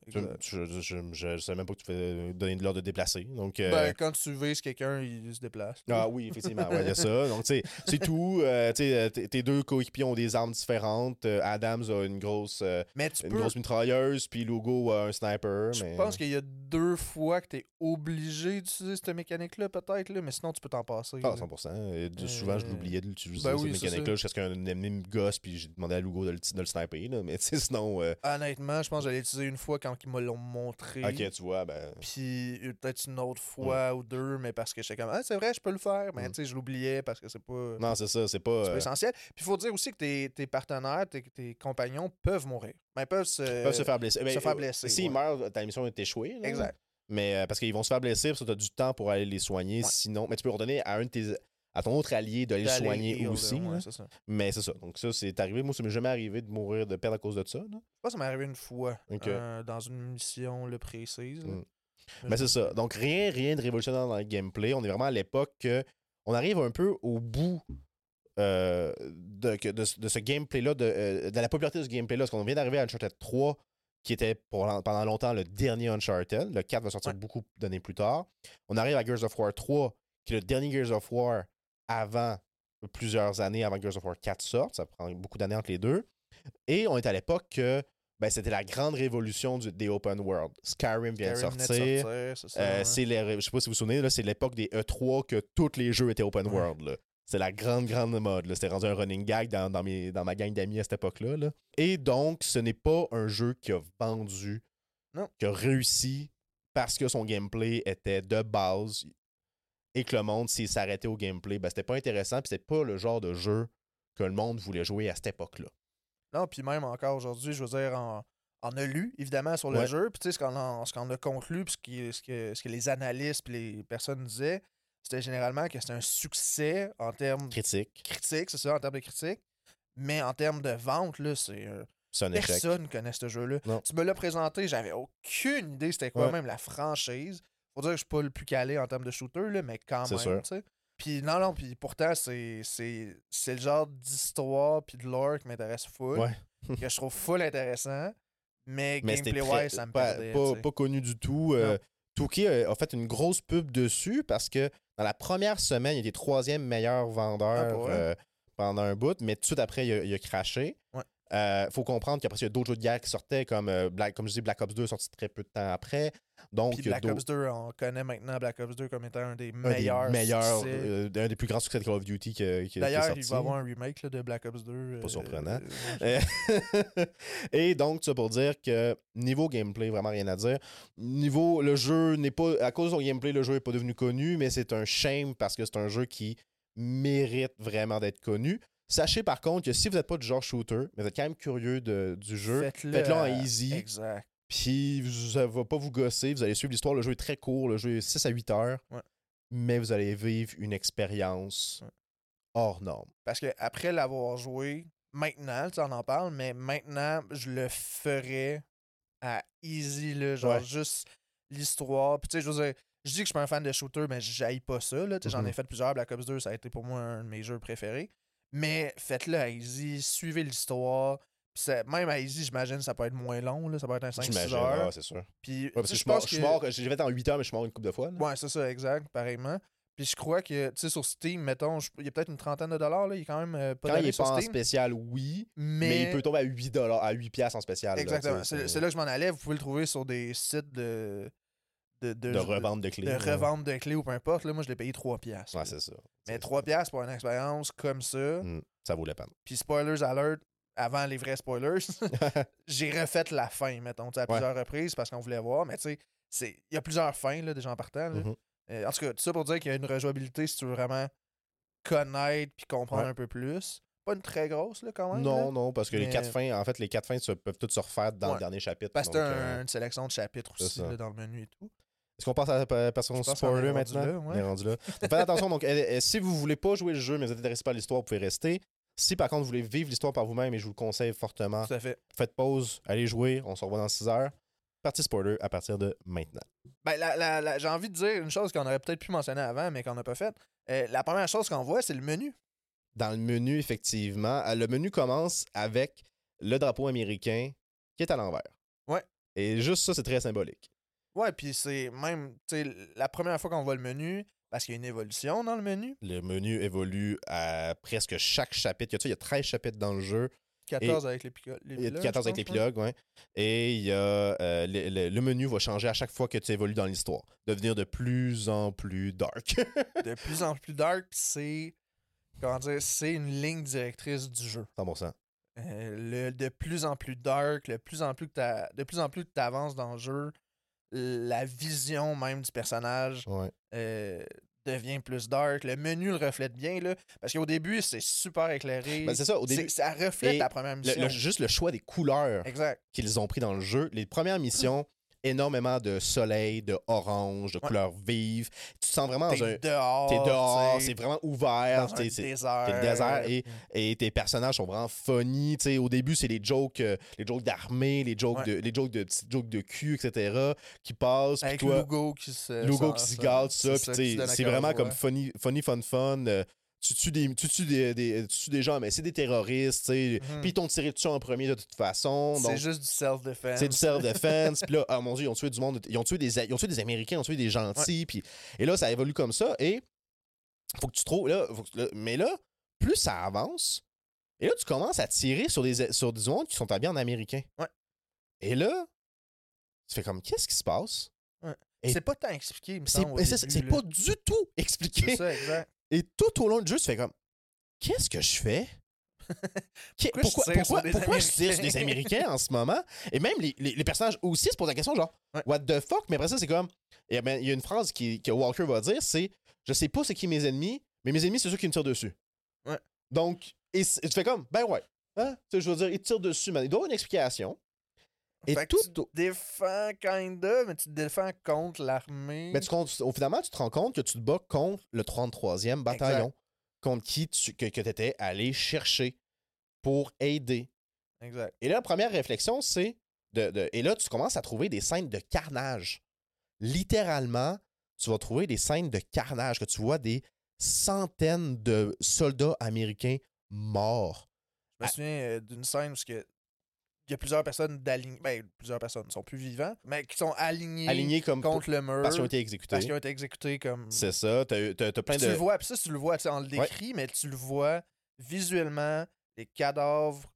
[SPEAKER 2] Je
[SPEAKER 3] exact.
[SPEAKER 2] ne savais même pas que tu pouvais donner de l'ordre de déplacer. Donc, euh,
[SPEAKER 3] Ben, quand tu vises quelqu'un, il se déplace.
[SPEAKER 2] Ah oui, effectivement, ouais, il y a ça. Donc, tu sais, c'est tout. Euh, tu sais, euh, t- tes deux coéquipiers ont des armes différentes. Euh, Adams a une grosse, euh,
[SPEAKER 3] Mais tu
[SPEAKER 2] une
[SPEAKER 3] peux
[SPEAKER 2] grosse mitrailleuse, puis Lugo a un sniper.
[SPEAKER 3] Je
[SPEAKER 2] mais...
[SPEAKER 3] pense qu'il y a deux fois que tu es obligé d'utiliser cette mécanique-là, peut-être, là, mais sinon tu peux t'en passer.
[SPEAKER 2] Ah,
[SPEAKER 3] là.
[SPEAKER 2] 100%. Euh, de- Souvent, je
[SPEAKER 3] Euh,
[SPEAKER 2] l'oubliais de l'utiliser,
[SPEAKER 3] ben
[SPEAKER 2] cette
[SPEAKER 3] oui, c'est
[SPEAKER 2] mécanique-là, jusqu'à ce qu'un ennemi me gosse, puis j'ai demandé à Lugo de le, de le sniper. là. Mais tu sais, sinon, euh,
[SPEAKER 3] Honnêtement, je pense que j'allais l'utiliser une fois quand ils me l'ont montré.
[SPEAKER 2] ok, tu vois, ben.
[SPEAKER 3] Puis euh, peut-être une autre fois ou deux, mais parce que j'étais comme, ah, c'est vrai, je peux le faire. Mais
[SPEAKER 2] Mm.
[SPEAKER 3] tu sais, je l'oubliais parce que c'est pas,
[SPEAKER 2] Non, c'est ça, c'est pas.
[SPEAKER 3] c'est pas
[SPEAKER 2] euh,
[SPEAKER 3] essentiel. Puis il faut dire aussi que tes, tes partenaires, tes, tes compagnons peuvent mourir. Mais peuvent se.
[SPEAKER 2] peuvent se faire blesser. Ben,
[SPEAKER 3] se faire
[SPEAKER 2] euh,
[SPEAKER 3] blesser,
[SPEAKER 2] S'ils
[SPEAKER 3] ouais.
[SPEAKER 2] meurent, ta mission est échouée. là.
[SPEAKER 3] Exact.
[SPEAKER 2] Mais euh, parce qu'ils vont se faire blesser, puis ça, tu as du temps pour aller les soigner.
[SPEAKER 3] Ouais.
[SPEAKER 2] Sinon, mais tu peux ordonner à un de tes. À ton autre allié de les
[SPEAKER 3] D'aller
[SPEAKER 2] soigner
[SPEAKER 3] heal, là,
[SPEAKER 2] aussi. hein.
[SPEAKER 3] ouais,
[SPEAKER 2] là.
[SPEAKER 3] c'est ça. Je
[SPEAKER 2] Mais c'est ça. Donc ça, c'est arrivé. Moi, ça m'est jamais arrivé de mourir, de perdre à cause de ça. là.
[SPEAKER 3] pense que ça m'est arrivé une fois
[SPEAKER 2] Ok.
[SPEAKER 3] euh, dans une mission le précise. là.
[SPEAKER 2] Mm. Mais c'est ça. Donc rien, rien de révolutionnaire dans le gameplay. On est vraiment à l'époque que on arrive un peu au bout euh, de, que- de ce- de ce gameplay-là, de, euh, de la popularité de ce gameplay-là. Parce qu'on vient d'arriver à Uncharted 3, qui était pour, pendant longtemps le dernier Uncharted. Le 4 va sortir
[SPEAKER 3] Ouais.
[SPEAKER 2] beaucoup d'années plus tard. On arrive à Gears of War 3, qui est le dernier Gears of War avant plusieurs années avant que Gears of War 4 sorte. Ça prend beaucoup d'années entre les deux. Et on est à l'époque que ben, c'était la grande révolution du- des open world. Skyrim
[SPEAKER 3] Skyrim
[SPEAKER 2] vient de
[SPEAKER 3] venait de
[SPEAKER 2] sortir.
[SPEAKER 3] c'est ça,
[SPEAKER 2] Euh,
[SPEAKER 3] ouais.
[SPEAKER 2] c'est les- je sais pas si vous vous souvenez, là, c'est l'époque des E3 que tous les jeux étaient open
[SPEAKER 3] Ouais.
[SPEAKER 2] world. là. C'est la grande, grande mode. là. C'était rendu un running gag dans, dans mes- dans ma gang d'amis à cette époque-là. là. Et donc, ce n'est pas un jeu qui a vendu,
[SPEAKER 3] Non.
[SPEAKER 2] qui a réussi parce que son gameplay était de base et que le monde, s'il s'arrêtait au gameplay, ben, c'était pas intéressant puis c'était pas le genre de jeu que le monde voulait jouer à cette époque-là.
[SPEAKER 3] Non, puis même encore aujourd'hui, je veux dire, on, on a lu évidemment sur le
[SPEAKER 2] Ouais.
[SPEAKER 3] jeu, puis tu sais, ce qu'on en- ce qu'on a conclu, puis ce, qui- ce que, ce que les analystes puis les personnes disaient, c'était généralement que c'était un succès en termes
[SPEAKER 2] Critique,
[SPEAKER 3] critiques, c'est ça, en termes de critiques, mais en termes de vente, là, c'est. euh,
[SPEAKER 2] c'est un échec.
[SPEAKER 3] personne connaît ce jeu-là.
[SPEAKER 2] Non.
[SPEAKER 3] Tu me l'as présenté, j'avais aucune idée c'était quoi,
[SPEAKER 2] Ouais.
[SPEAKER 3] même la franchise. Faut dire que je suis pas le plus calé en termes de shooter, là, mais quand
[SPEAKER 2] C'est
[SPEAKER 3] même,
[SPEAKER 2] sûr.
[SPEAKER 3] tu sais. Puis non, non, puis pourtant, c'est c'est- c'est le genre d'histoire puis de lore qui m'intéresse full.
[SPEAKER 2] Ouais.
[SPEAKER 3] que je trouve full intéressant, mais,
[SPEAKER 2] mais c'était très-
[SPEAKER 3] gameplay-wise, ça me
[SPEAKER 2] pas,
[SPEAKER 3] perdait.
[SPEAKER 2] pas,
[SPEAKER 3] tu sais.
[SPEAKER 2] pas connu du tout. Euh,
[SPEAKER 3] Non.
[SPEAKER 2] Touquet euh, a fait une grosse pub dessus parce que dans la première semaine, il était troisième meilleur
[SPEAKER 3] Ah,
[SPEAKER 2] vendeur
[SPEAKER 3] pour vrai?
[SPEAKER 2] euh, pendant un bout, mais tout de suite après, il a, il a craché.
[SPEAKER 3] Ouais.
[SPEAKER 2] Euh, faut comprendre qu'après, il y a d'autres jeux de guerre qui sortaient, comme, euh, Black, comme je dis, Black Ops 2 est sorti très peu de temps après. Donc,
[SPEAKER 3] Puis
[SPEAKER 2] il y a
[SPEAKER 3] Black
[SPEAKER 2] d'autres-
[SPEAKER 3] Ops 2, on connaît maintenant Black Ops 2 comme étant un des
[SPEAKER 2] un des
[SPEAKER 3] meilleurs.
[SPEAKER 2] meilleurs,
[SPEAKER 3] succès.
[SPEAKER 2] euh, un des plus grands succès de Call of Duty que- qui, qui est
[SPEAKER 3] D'ailleurs,
[SPEAKER 2] sorti.
[SPEAKER 3] il va y avoir un remake là, de Black Ops 2.
[SPEAKER 2] Pas surprenant.
[SPEAKER 3] ouais.
[SPEAKER 2] Euh, et donc, ça pour dire que niveau gameplay, vraiment rien à dire. Niveau, le jeu n'est pas. À cause de son gameplay, le jeu n'est pas devenu connu, mais c'est un shame parce que c'est un jeu qui mérite vraiment d'être connu. Sachez par contre que si vous n'êtes pas du genre shooter, mais vous êtes quand même curieux de- du jeu,
[SPEAKER 3] Faites-le
[SPEAKER 2] faites-le en
[SPEAKER 3] à-
[SPEAKER 2] easy.
[SPEAKER 3] Exact.
[SPEAKER 2] Puis vous- ça va pas vous gosser, vous allez suivre l'histoire. Le jeu est très court, le jeu est 6 à 8 heures.
[SPEAKER 3] Ouais.
[SPEAKER 2] Mais vous allez vivre une expérience
[SPEAKER 3] Ouais.
[SPEAKER 2] hors norme.
[SPEAKER 3] Parce que après l'avoir joué, maintenant, tu sais, on en parle, mais maintenant, je le ferais à easy, là, genre
[SPEAKER 2] Ouais.
[SPEAKER 3] juste l'histoire. Puis tu sais, je veux dire, je dis que je suis pas un fan de shooter, mais j'aille pas ça. Là, Tu sais, J'en
[SPEAKER 2] Mhm.
[SPEAKER 3] ai fait plusieurs, Black Ops 2, ça a été pour moi un de mes jeux préférés. Mais faites-le à easy, suivez l'histoire. Puis ça- même à easy, j'imagine, ça peut être moins long, là, ça peut être un 5-6
[SPEAKER 2] J'imagine,
[SPEAKER 3] heures.
[SPEAKER 2] ah, c'est sûr.
[SPEAKER 3] Puis
[SPEAKER 2] Ouais, parce
[SPEAKER 3] tu sais,
[SPEAKER 2] que je,
[SPEAKER 3] pense
[SPEAKER 2] mors- je suis mort, j'ai fait en 8 heures, mais je suis mort une couple de fois. là.
[SPEAKER 3] Ouais, c'est ça, exact, pareillement. Puis je crois que, tu sais, sur Steam, mettons, je- il y a peut-être une trentaine de dollars, là, il est quand même euh, pas
[SPEAKER 2] Quand il
[SPEAKER 3] donné
[SPEAKER 2] est
[SPEAKER 3] sur
[SPEAKER 2] pas en
[SPEAKER 3] Steam.
[SPEAKER 2] spécial, oui, mais,
[SPEAKER 3] Mais,
[SPEAKER 2] il peut tomber à 8 à 8 piastres en spécial. là,
[SPEAKER 3] Exactement.
[SPEAKER 2] tu sais,
[SPEAKER 3] C'est c'est là que je m'en allais. Vous pouvez le trouver sur des sites de, de, de,
[SPEAKER 2] de revente de clés.
[SPEAKER 3] de
[SPEAKER 2] ouais.
[SPEAKER 3] revente de clés ou peu importe. Là, moi, je l'ai payé 3$. piastres,
[SPEAKER 2] Ouais,
[SPEAKER 3] là.
[SPEAKER 2] c'est ça.
[SPEAKER 3] Mais
[SPEAKER 2] C'est-
[SPEAKER 3] 3$ piastres pour une expérience comme ça.
[SPEAKER 2] Mm, ça vaut la peine.
[SPEAKER 3] Puis spoilers alert, avant les vrais spoilers, j'ai refait la fin, mettons, tu sais, à
[SPEAKER 2] Ouais.
[SPEAKER 3] plusieurs reprises parce qu'on voulait voir. Mais tu sais, c'est- il y a plusieurs fins, là, déjà en partant. là.
[SPEAKER 2] Mhm.
[SPEAKER 3] Euh, en tout cas, tout ça pour dire qu'il y a une rejouabilité si tu veux vraiment connaître puis comprendre
[SPEAKER 2] Ouais.
[SPEAKER 3] un peu plus. Pas une très grosse, là, quand même.
[SPEAKER 2] non,
[SPEAKER 3] là,
[SPEAKER 2] non, parce que les
[SPEAKER 3] Mais-
[SPEAKER 2] quatre fins, en fait, les quatre fins se- peuvent toutes se refaire dans
[SPEAKER 3] Ouais.
[SPEAKER 2] le dernier chapitre.
[SPEAKER 3] Parce que t'as
[SPEAKER 2] donc,
[SPEAKER 3] un-
[SPEAKER 2] euh,
[SPEAKER 3] une sélection de chapitres
[SPEAKER 2] c'est
[SPEAKER 3] aussi
[SPEAKER 2] ça.
[SPEAKER 3] là, dans le menu et tout.
[SPEAKER 2] Est-ce qu'on passe à la pa-
[SPEAKER 3] Je
[SPEAKER 2] personne
[SPEAKER 3] pense qu'on est
[SPEAKER 2] spoiler
[SPEAKER 3] rendu
[SPEAKER 2] maintenant?
[SPEAKER 3] là, ouais.
[SPEAKER 2] On est rendu là. Donc, faites attention, donc, euh, euh, si vous voulez pas jouer le jeu, mais vous êtes intéressé par l'histoire, vous pouvez rester. Si par contre vous voulez vivre l'histoire par vous-même, et je vous le conseille fortement,
[SPEAKER 3] Tout à fait.
[SPEAKER 2] faites pause, allez jouer, on se revoit dans 6 heures. Partie spoiler à partir de maintenant.
[SPEAKER 3] Ben, la- la- la- j'ai envie de dire une chose qu'on aurait peut-être pu mentionner avant, mais qu'on n'a pas faite. Euh, la première chose qu'on voit, c'est le menu.
[SPEAKER 2] Dans le menu, effectivement, euh, le menu commence avec le drapeau américain qui est à l'envers.
[SPEAKER 3] Ouais.
[SPEAKER 2] Et juste ça, c'est très symbolique.
[SPEAKER 3] Ouais, puis c'est même, tu sais, la première fois qu'on voit le menu, parce qu'il y a une évolution dans le menu.
[SPEAKER 2] Le menu évolue à presque chaque chapitre. Il y a, tu sais, il y a 13 chapitres dans le jeu.
[SPEAKER 3] 14 avec les pico- les
[SPEAKER 2] Il y a
[SPEAKER 3] pilotes,
[SPEAKER 2] 14
[SPEAKER 3] je
[SPEAKER 2] avec
[SPEAKER 3] pense, ouais.
[SPEAKER 2] l'épilogue, ouais. Et il y a, euh, le, le- le menu va changer à chaque fois que tu évolues dans l'histoire. Devenir de plus en plus dark.
[SPEAKER 3] De plus en plus dark, puis c'est. Comment dire C'est une ligne directrice du jeu.
[SPEAKER 2] 100%.
[SPEAKER 3] Euh, le, de plus en plus dark, le plus en plus que t'as- de plus en plus que tu avances dans le jeu, la vision même du personnage
[SPEAKER 2] Ouais.
[SPEAKER 3] euh, devient plus dark. Le menu le reflète bien, là. Parce qu'au début, c'est super éclairé.
[SPEAKER 2] Ben, c'est ça, au
[SPEAKER 3] C'est-
[SPEAKER 2] début,
[SPEAKER 3] ça reflète
[SPEAKER 2] Et
[SPEAKER 3] la première
[SPEAKER 2] le-
[SPEAKER 3] mission.
[SPEAKER 2] le- juste le choix des couleurs
[SPEAKER 3] Exact.
[SPEAKER 2] qu'ils ont pris dans le jeu. Les premières missions, énormément de soleil, de orange, de
[SPEAKER 3] Ouais.
[SPEAKER 2] couleurs vives. Tu te sens vraiment dans
[SPEAKER 3] T'es
[SPEAKER 2] un.
[SPEAKER 3] dehors.
[SPEAKER 2] T'es dehors,
[SPEAKER 3] tu
[SPEAKER 2] c'est
[SPEAKER 3] sais,
[SPEAKER 2] vraiment
[SPEAKER 3] dans
[SPEAKER 2] ouvert,
[SPEAKER 3] un
[SPEAKER 2] t'es- c'est-
[SPEAKER 3] désert.
[SPEAKER 2] t'es le désert et- et tes personnages sont vraiment funny. tu sais, au début, c'est les jokes, euh, les jokes d'armée, les jokes
[SPEAKER 3] Ouais.
[SPEAKER 2] de, les jokes de petites jokes de cul, etc. qui passent. puis
[SPEAKER 3] Avec
[SPEAKER 2] toi,
[SPEAKER 3] Lugo qui se.
[SPEAKER 2] Logo
[SPEAKER 3] ça-
[SPEAKER 2] qui se
[SPEAKER 3] ça-
[SPEAKER 2] garde,
[SPEAKER 3] c'est
[SPEAKER 2] ça. puis
[SPEAKER 3] qui
[SPEAKER 2] t'sais,
[SPEAKER 3] se donne à
[SPEAKER 2] c'est
[SPEAKER 3] cœur
[SPEAKER 2] vraiment
[SPEAKER 3] joie.
[SPEAKER 2] comme funny, funny, fun, fun. euh, tu tues des, tu tues des, des- tu tues des gens, mais c'est des terroristes. t'sais.
[SPEAKER 3] Mhm.
[SPEAKER 2] Puis ils t'ont tiré dessus en premier de toute façon.
[SPEAKER 3] C'est
[SPEAKER 2] donc
[SPEAKER 3] juste du self-defense.
[SPEAKER 2] C'est du self-defense. puis là, ah mon Dieu, ils ont tué du monde. Ils ont tué des, ils ont tué des Américains, ils ont tué des gentils. Puis, et là, ça évolue comme ça. Et faut que tu trouves. Là, faut que- là- mais là, plus ça avance, et là, tu commences à tirer sur des, sur des monde qui sont habillés en Américain.
[SPEAKER 3] Ouais.
[SPEAKER 2] Et là, tu fais comme, qu'est-ce qui se passe? et-
[SPEAKER 3] C'est pas tant expliqué, il me
[SPEAKER 2] C'est
[SPEAKER 3] semble, au
[SPEAKER 2] et c'est-
[SPEAKER 3] début,
[SPEAKER 2] c'est
[SPEAKER 3] là.
[SPEAKER 2] pas du tout expliqué.
[SPEAKER 3] C'est ça, exact.
[SPEAKER 2] Et tout au long du jeu, tu fais comme Qu'est-ce que je fais? Qu'est-
[SPEAKER 3] Pourquoi je
[SPEAKER 2] pourquoi
[SPEAKER 3] tire
[SPEAKER 2] pourquoi,
[SPEAKER 3] sur des
[SPEAKER 2] pourquoi je tire sur des
[SPEAKER 3] Américains?
[SPEAKER 2] Américains en ce moment? Et même les, les- les personnages aussi se posent la question genre
[SPEAKER 3] Ouais.
[SPEAKER 2] What the fuck? Mais après ça, c'est comme eh ben, Il y a une phrase qui, que Walker va dire c'est Je sais pas c'est qui mes ennemis, mais mes ennemis, c'est ceux qui me tirent dessus.
[SPEAKER 3] Ouais.
[SPEAKER 2] Donc, et, c- et tu fais comme Ben ouais. Hein? Tu sais, Je veux dire, ils te tirent dessus, mais il doit y avoir une explication. Et
[SPEAKER 3] Fait que
[SPEAKER 2] tout.
[SPEAKER 3] tu te défends kinda, mais tu te défends contre l'armée.
[SPEAKER 2] Mais tu comptes- au finalement, tu te rends compte que tu te bats contre le 33e bataillon, contre qui tu que, tu étais allé chercher pour aider.
[SPEAKER 3] Exact.
[SPEAKER 2] Et là, la première réflexion, c'est. De, de- et là, tu commences à trouver des scènes de carnage. Littéralement, tu vas trouver des scènes de carnage que tu vois des centaines de soldats américains morts.
[SPEAKER 3] Je me
[SPEAKER 2] Ah.
[SPEAKER 3] souviens euh, d'une scène où ce que- il y a plusieurs personnes d'alignées. Ben, plusieurs personnes ils sont plus vivants, mais qui sont alignées
[SPEAKER 2] Alignés comme
[SPEAKER 3] contre le mur
[SPEAKER 2] parce qu'ils ont été exécutés.
[SPEAKER 3] parce qu'ils ont été exécutés comme.
[SPEAKER 2] C'est ça. T'as eu- t'as- t'as plein
[SPEAKER 3] Puis Tu
[SPEAKER 2] de.
[SPEAKER 3] le vois, puis ça, tu le vois, tu sais, on le
[SPEAKER 2] Ouais.
[SPEAKER 3] décrit, mais tu le vois visuellement, des cadavres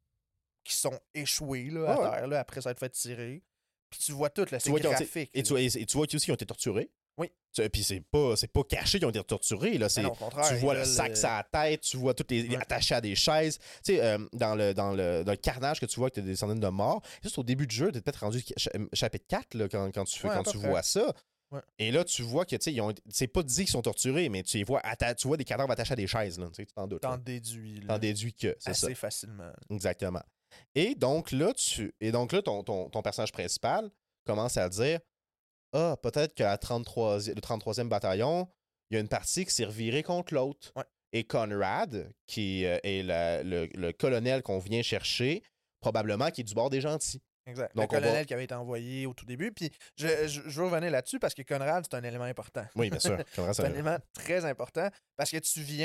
[SPEAKER 3] qui sont échoués là, à
[SPEAKER 2] Ouais, ouais.
[SPEAKER 3] terre là, après s'être fait tirer. Puis tu vois tout, là, c'est
[SPEAKER 2] vois qu'ils ont été-
[SPEAKER 3] graphique.
[SPEAKER 2] Et
[SPEAKER 3] là. Ben
[SPEAKER 2] tu, et, et tu vois aussi qu'ils ont été torturés.
[SPEAKER 3] Oui.
[SPEAKER 2] Tu- Puis c'est pas, c'est pas caché qu'ils ont été torturés. Là.
[SPEAKER 3] Ah
[SPEAKER 2] C'est,
[SPEAKER 3] non, au contraire,
[SPEAKER 2] tu
[SPEAKER 3] ils
[SPEAKER 2] vois le
[SPEAKER 3] veulent,
[SPEAKER 2] sac
[SPEAKER 3] euh,
[SPEAKER 2] sur la tête, tu vois tous les
[SPEAKER 3] Ouais.
[SPEAKER 2] attachés à des chaises. Tu sais, euh, dans, le, dans, le, dans le carnage que tu vois que t'as des centaines de morts, juste au début du jeu, t'es peut-être rendu cha- euh, chapitre 4 là, quand, quand tu, fais-
[SPEAKER 3] Ouais, à
[SPEAKER 2] quand
[SPEAKER 3] peu
[SPEAKER 2] tu
[SPEAKER 3] près.
[SPEAKER 2] vois ça.
[SPEAKER 3] Ouais.
[SPEAKER 2] Et là, tu vois que, tu sais, ils ont- c'est pas dit qu'ils sont torturés, mais tu, les vois, atta- tu vois des cadavres attachés à des chaises, là, tu sais, tu t'en doutes.
[SPEAKER 3] t'en
[SPEAKER 2] là.
[SPEAKER 3] déduis là,
[SPEAKER 2] T'en déduis que, c'est ça.
[SPEAKER 3] assez facilement.
[SPEAKER 2] Exactement. Et donc là, tu, et donc là ton, ton, ton personnage principal commence à dire Ah, peut-être qu'à 33, le 33e bataillon, il y a une partie qui s'est revirée contre l'autre.
[SPEAKER 3] Ouais.
[SPEAKER 2] Et Conrad, qui euh, est la- le, le colonel qu'on vient chercher, probablement qui est du bord des gentils.
[SPEAKER 3] Exact.
[SPEAKER 2] Donc, on
[SPEAKER 3] le
[SPEAKER 2] va-
[SPEAKER 3] colonel qui avait été envoyé au tout début. Puis je, je, je veux revenir là-dessus parce que Conrad, c'est un élément important.
[SPEAKER 2] Oui, bien sûr. Conrad,
[SPEAKER 3] C'est
[SPEAKER 2] ça-
[SPEAKER 3] un élément très important parce que tu viens,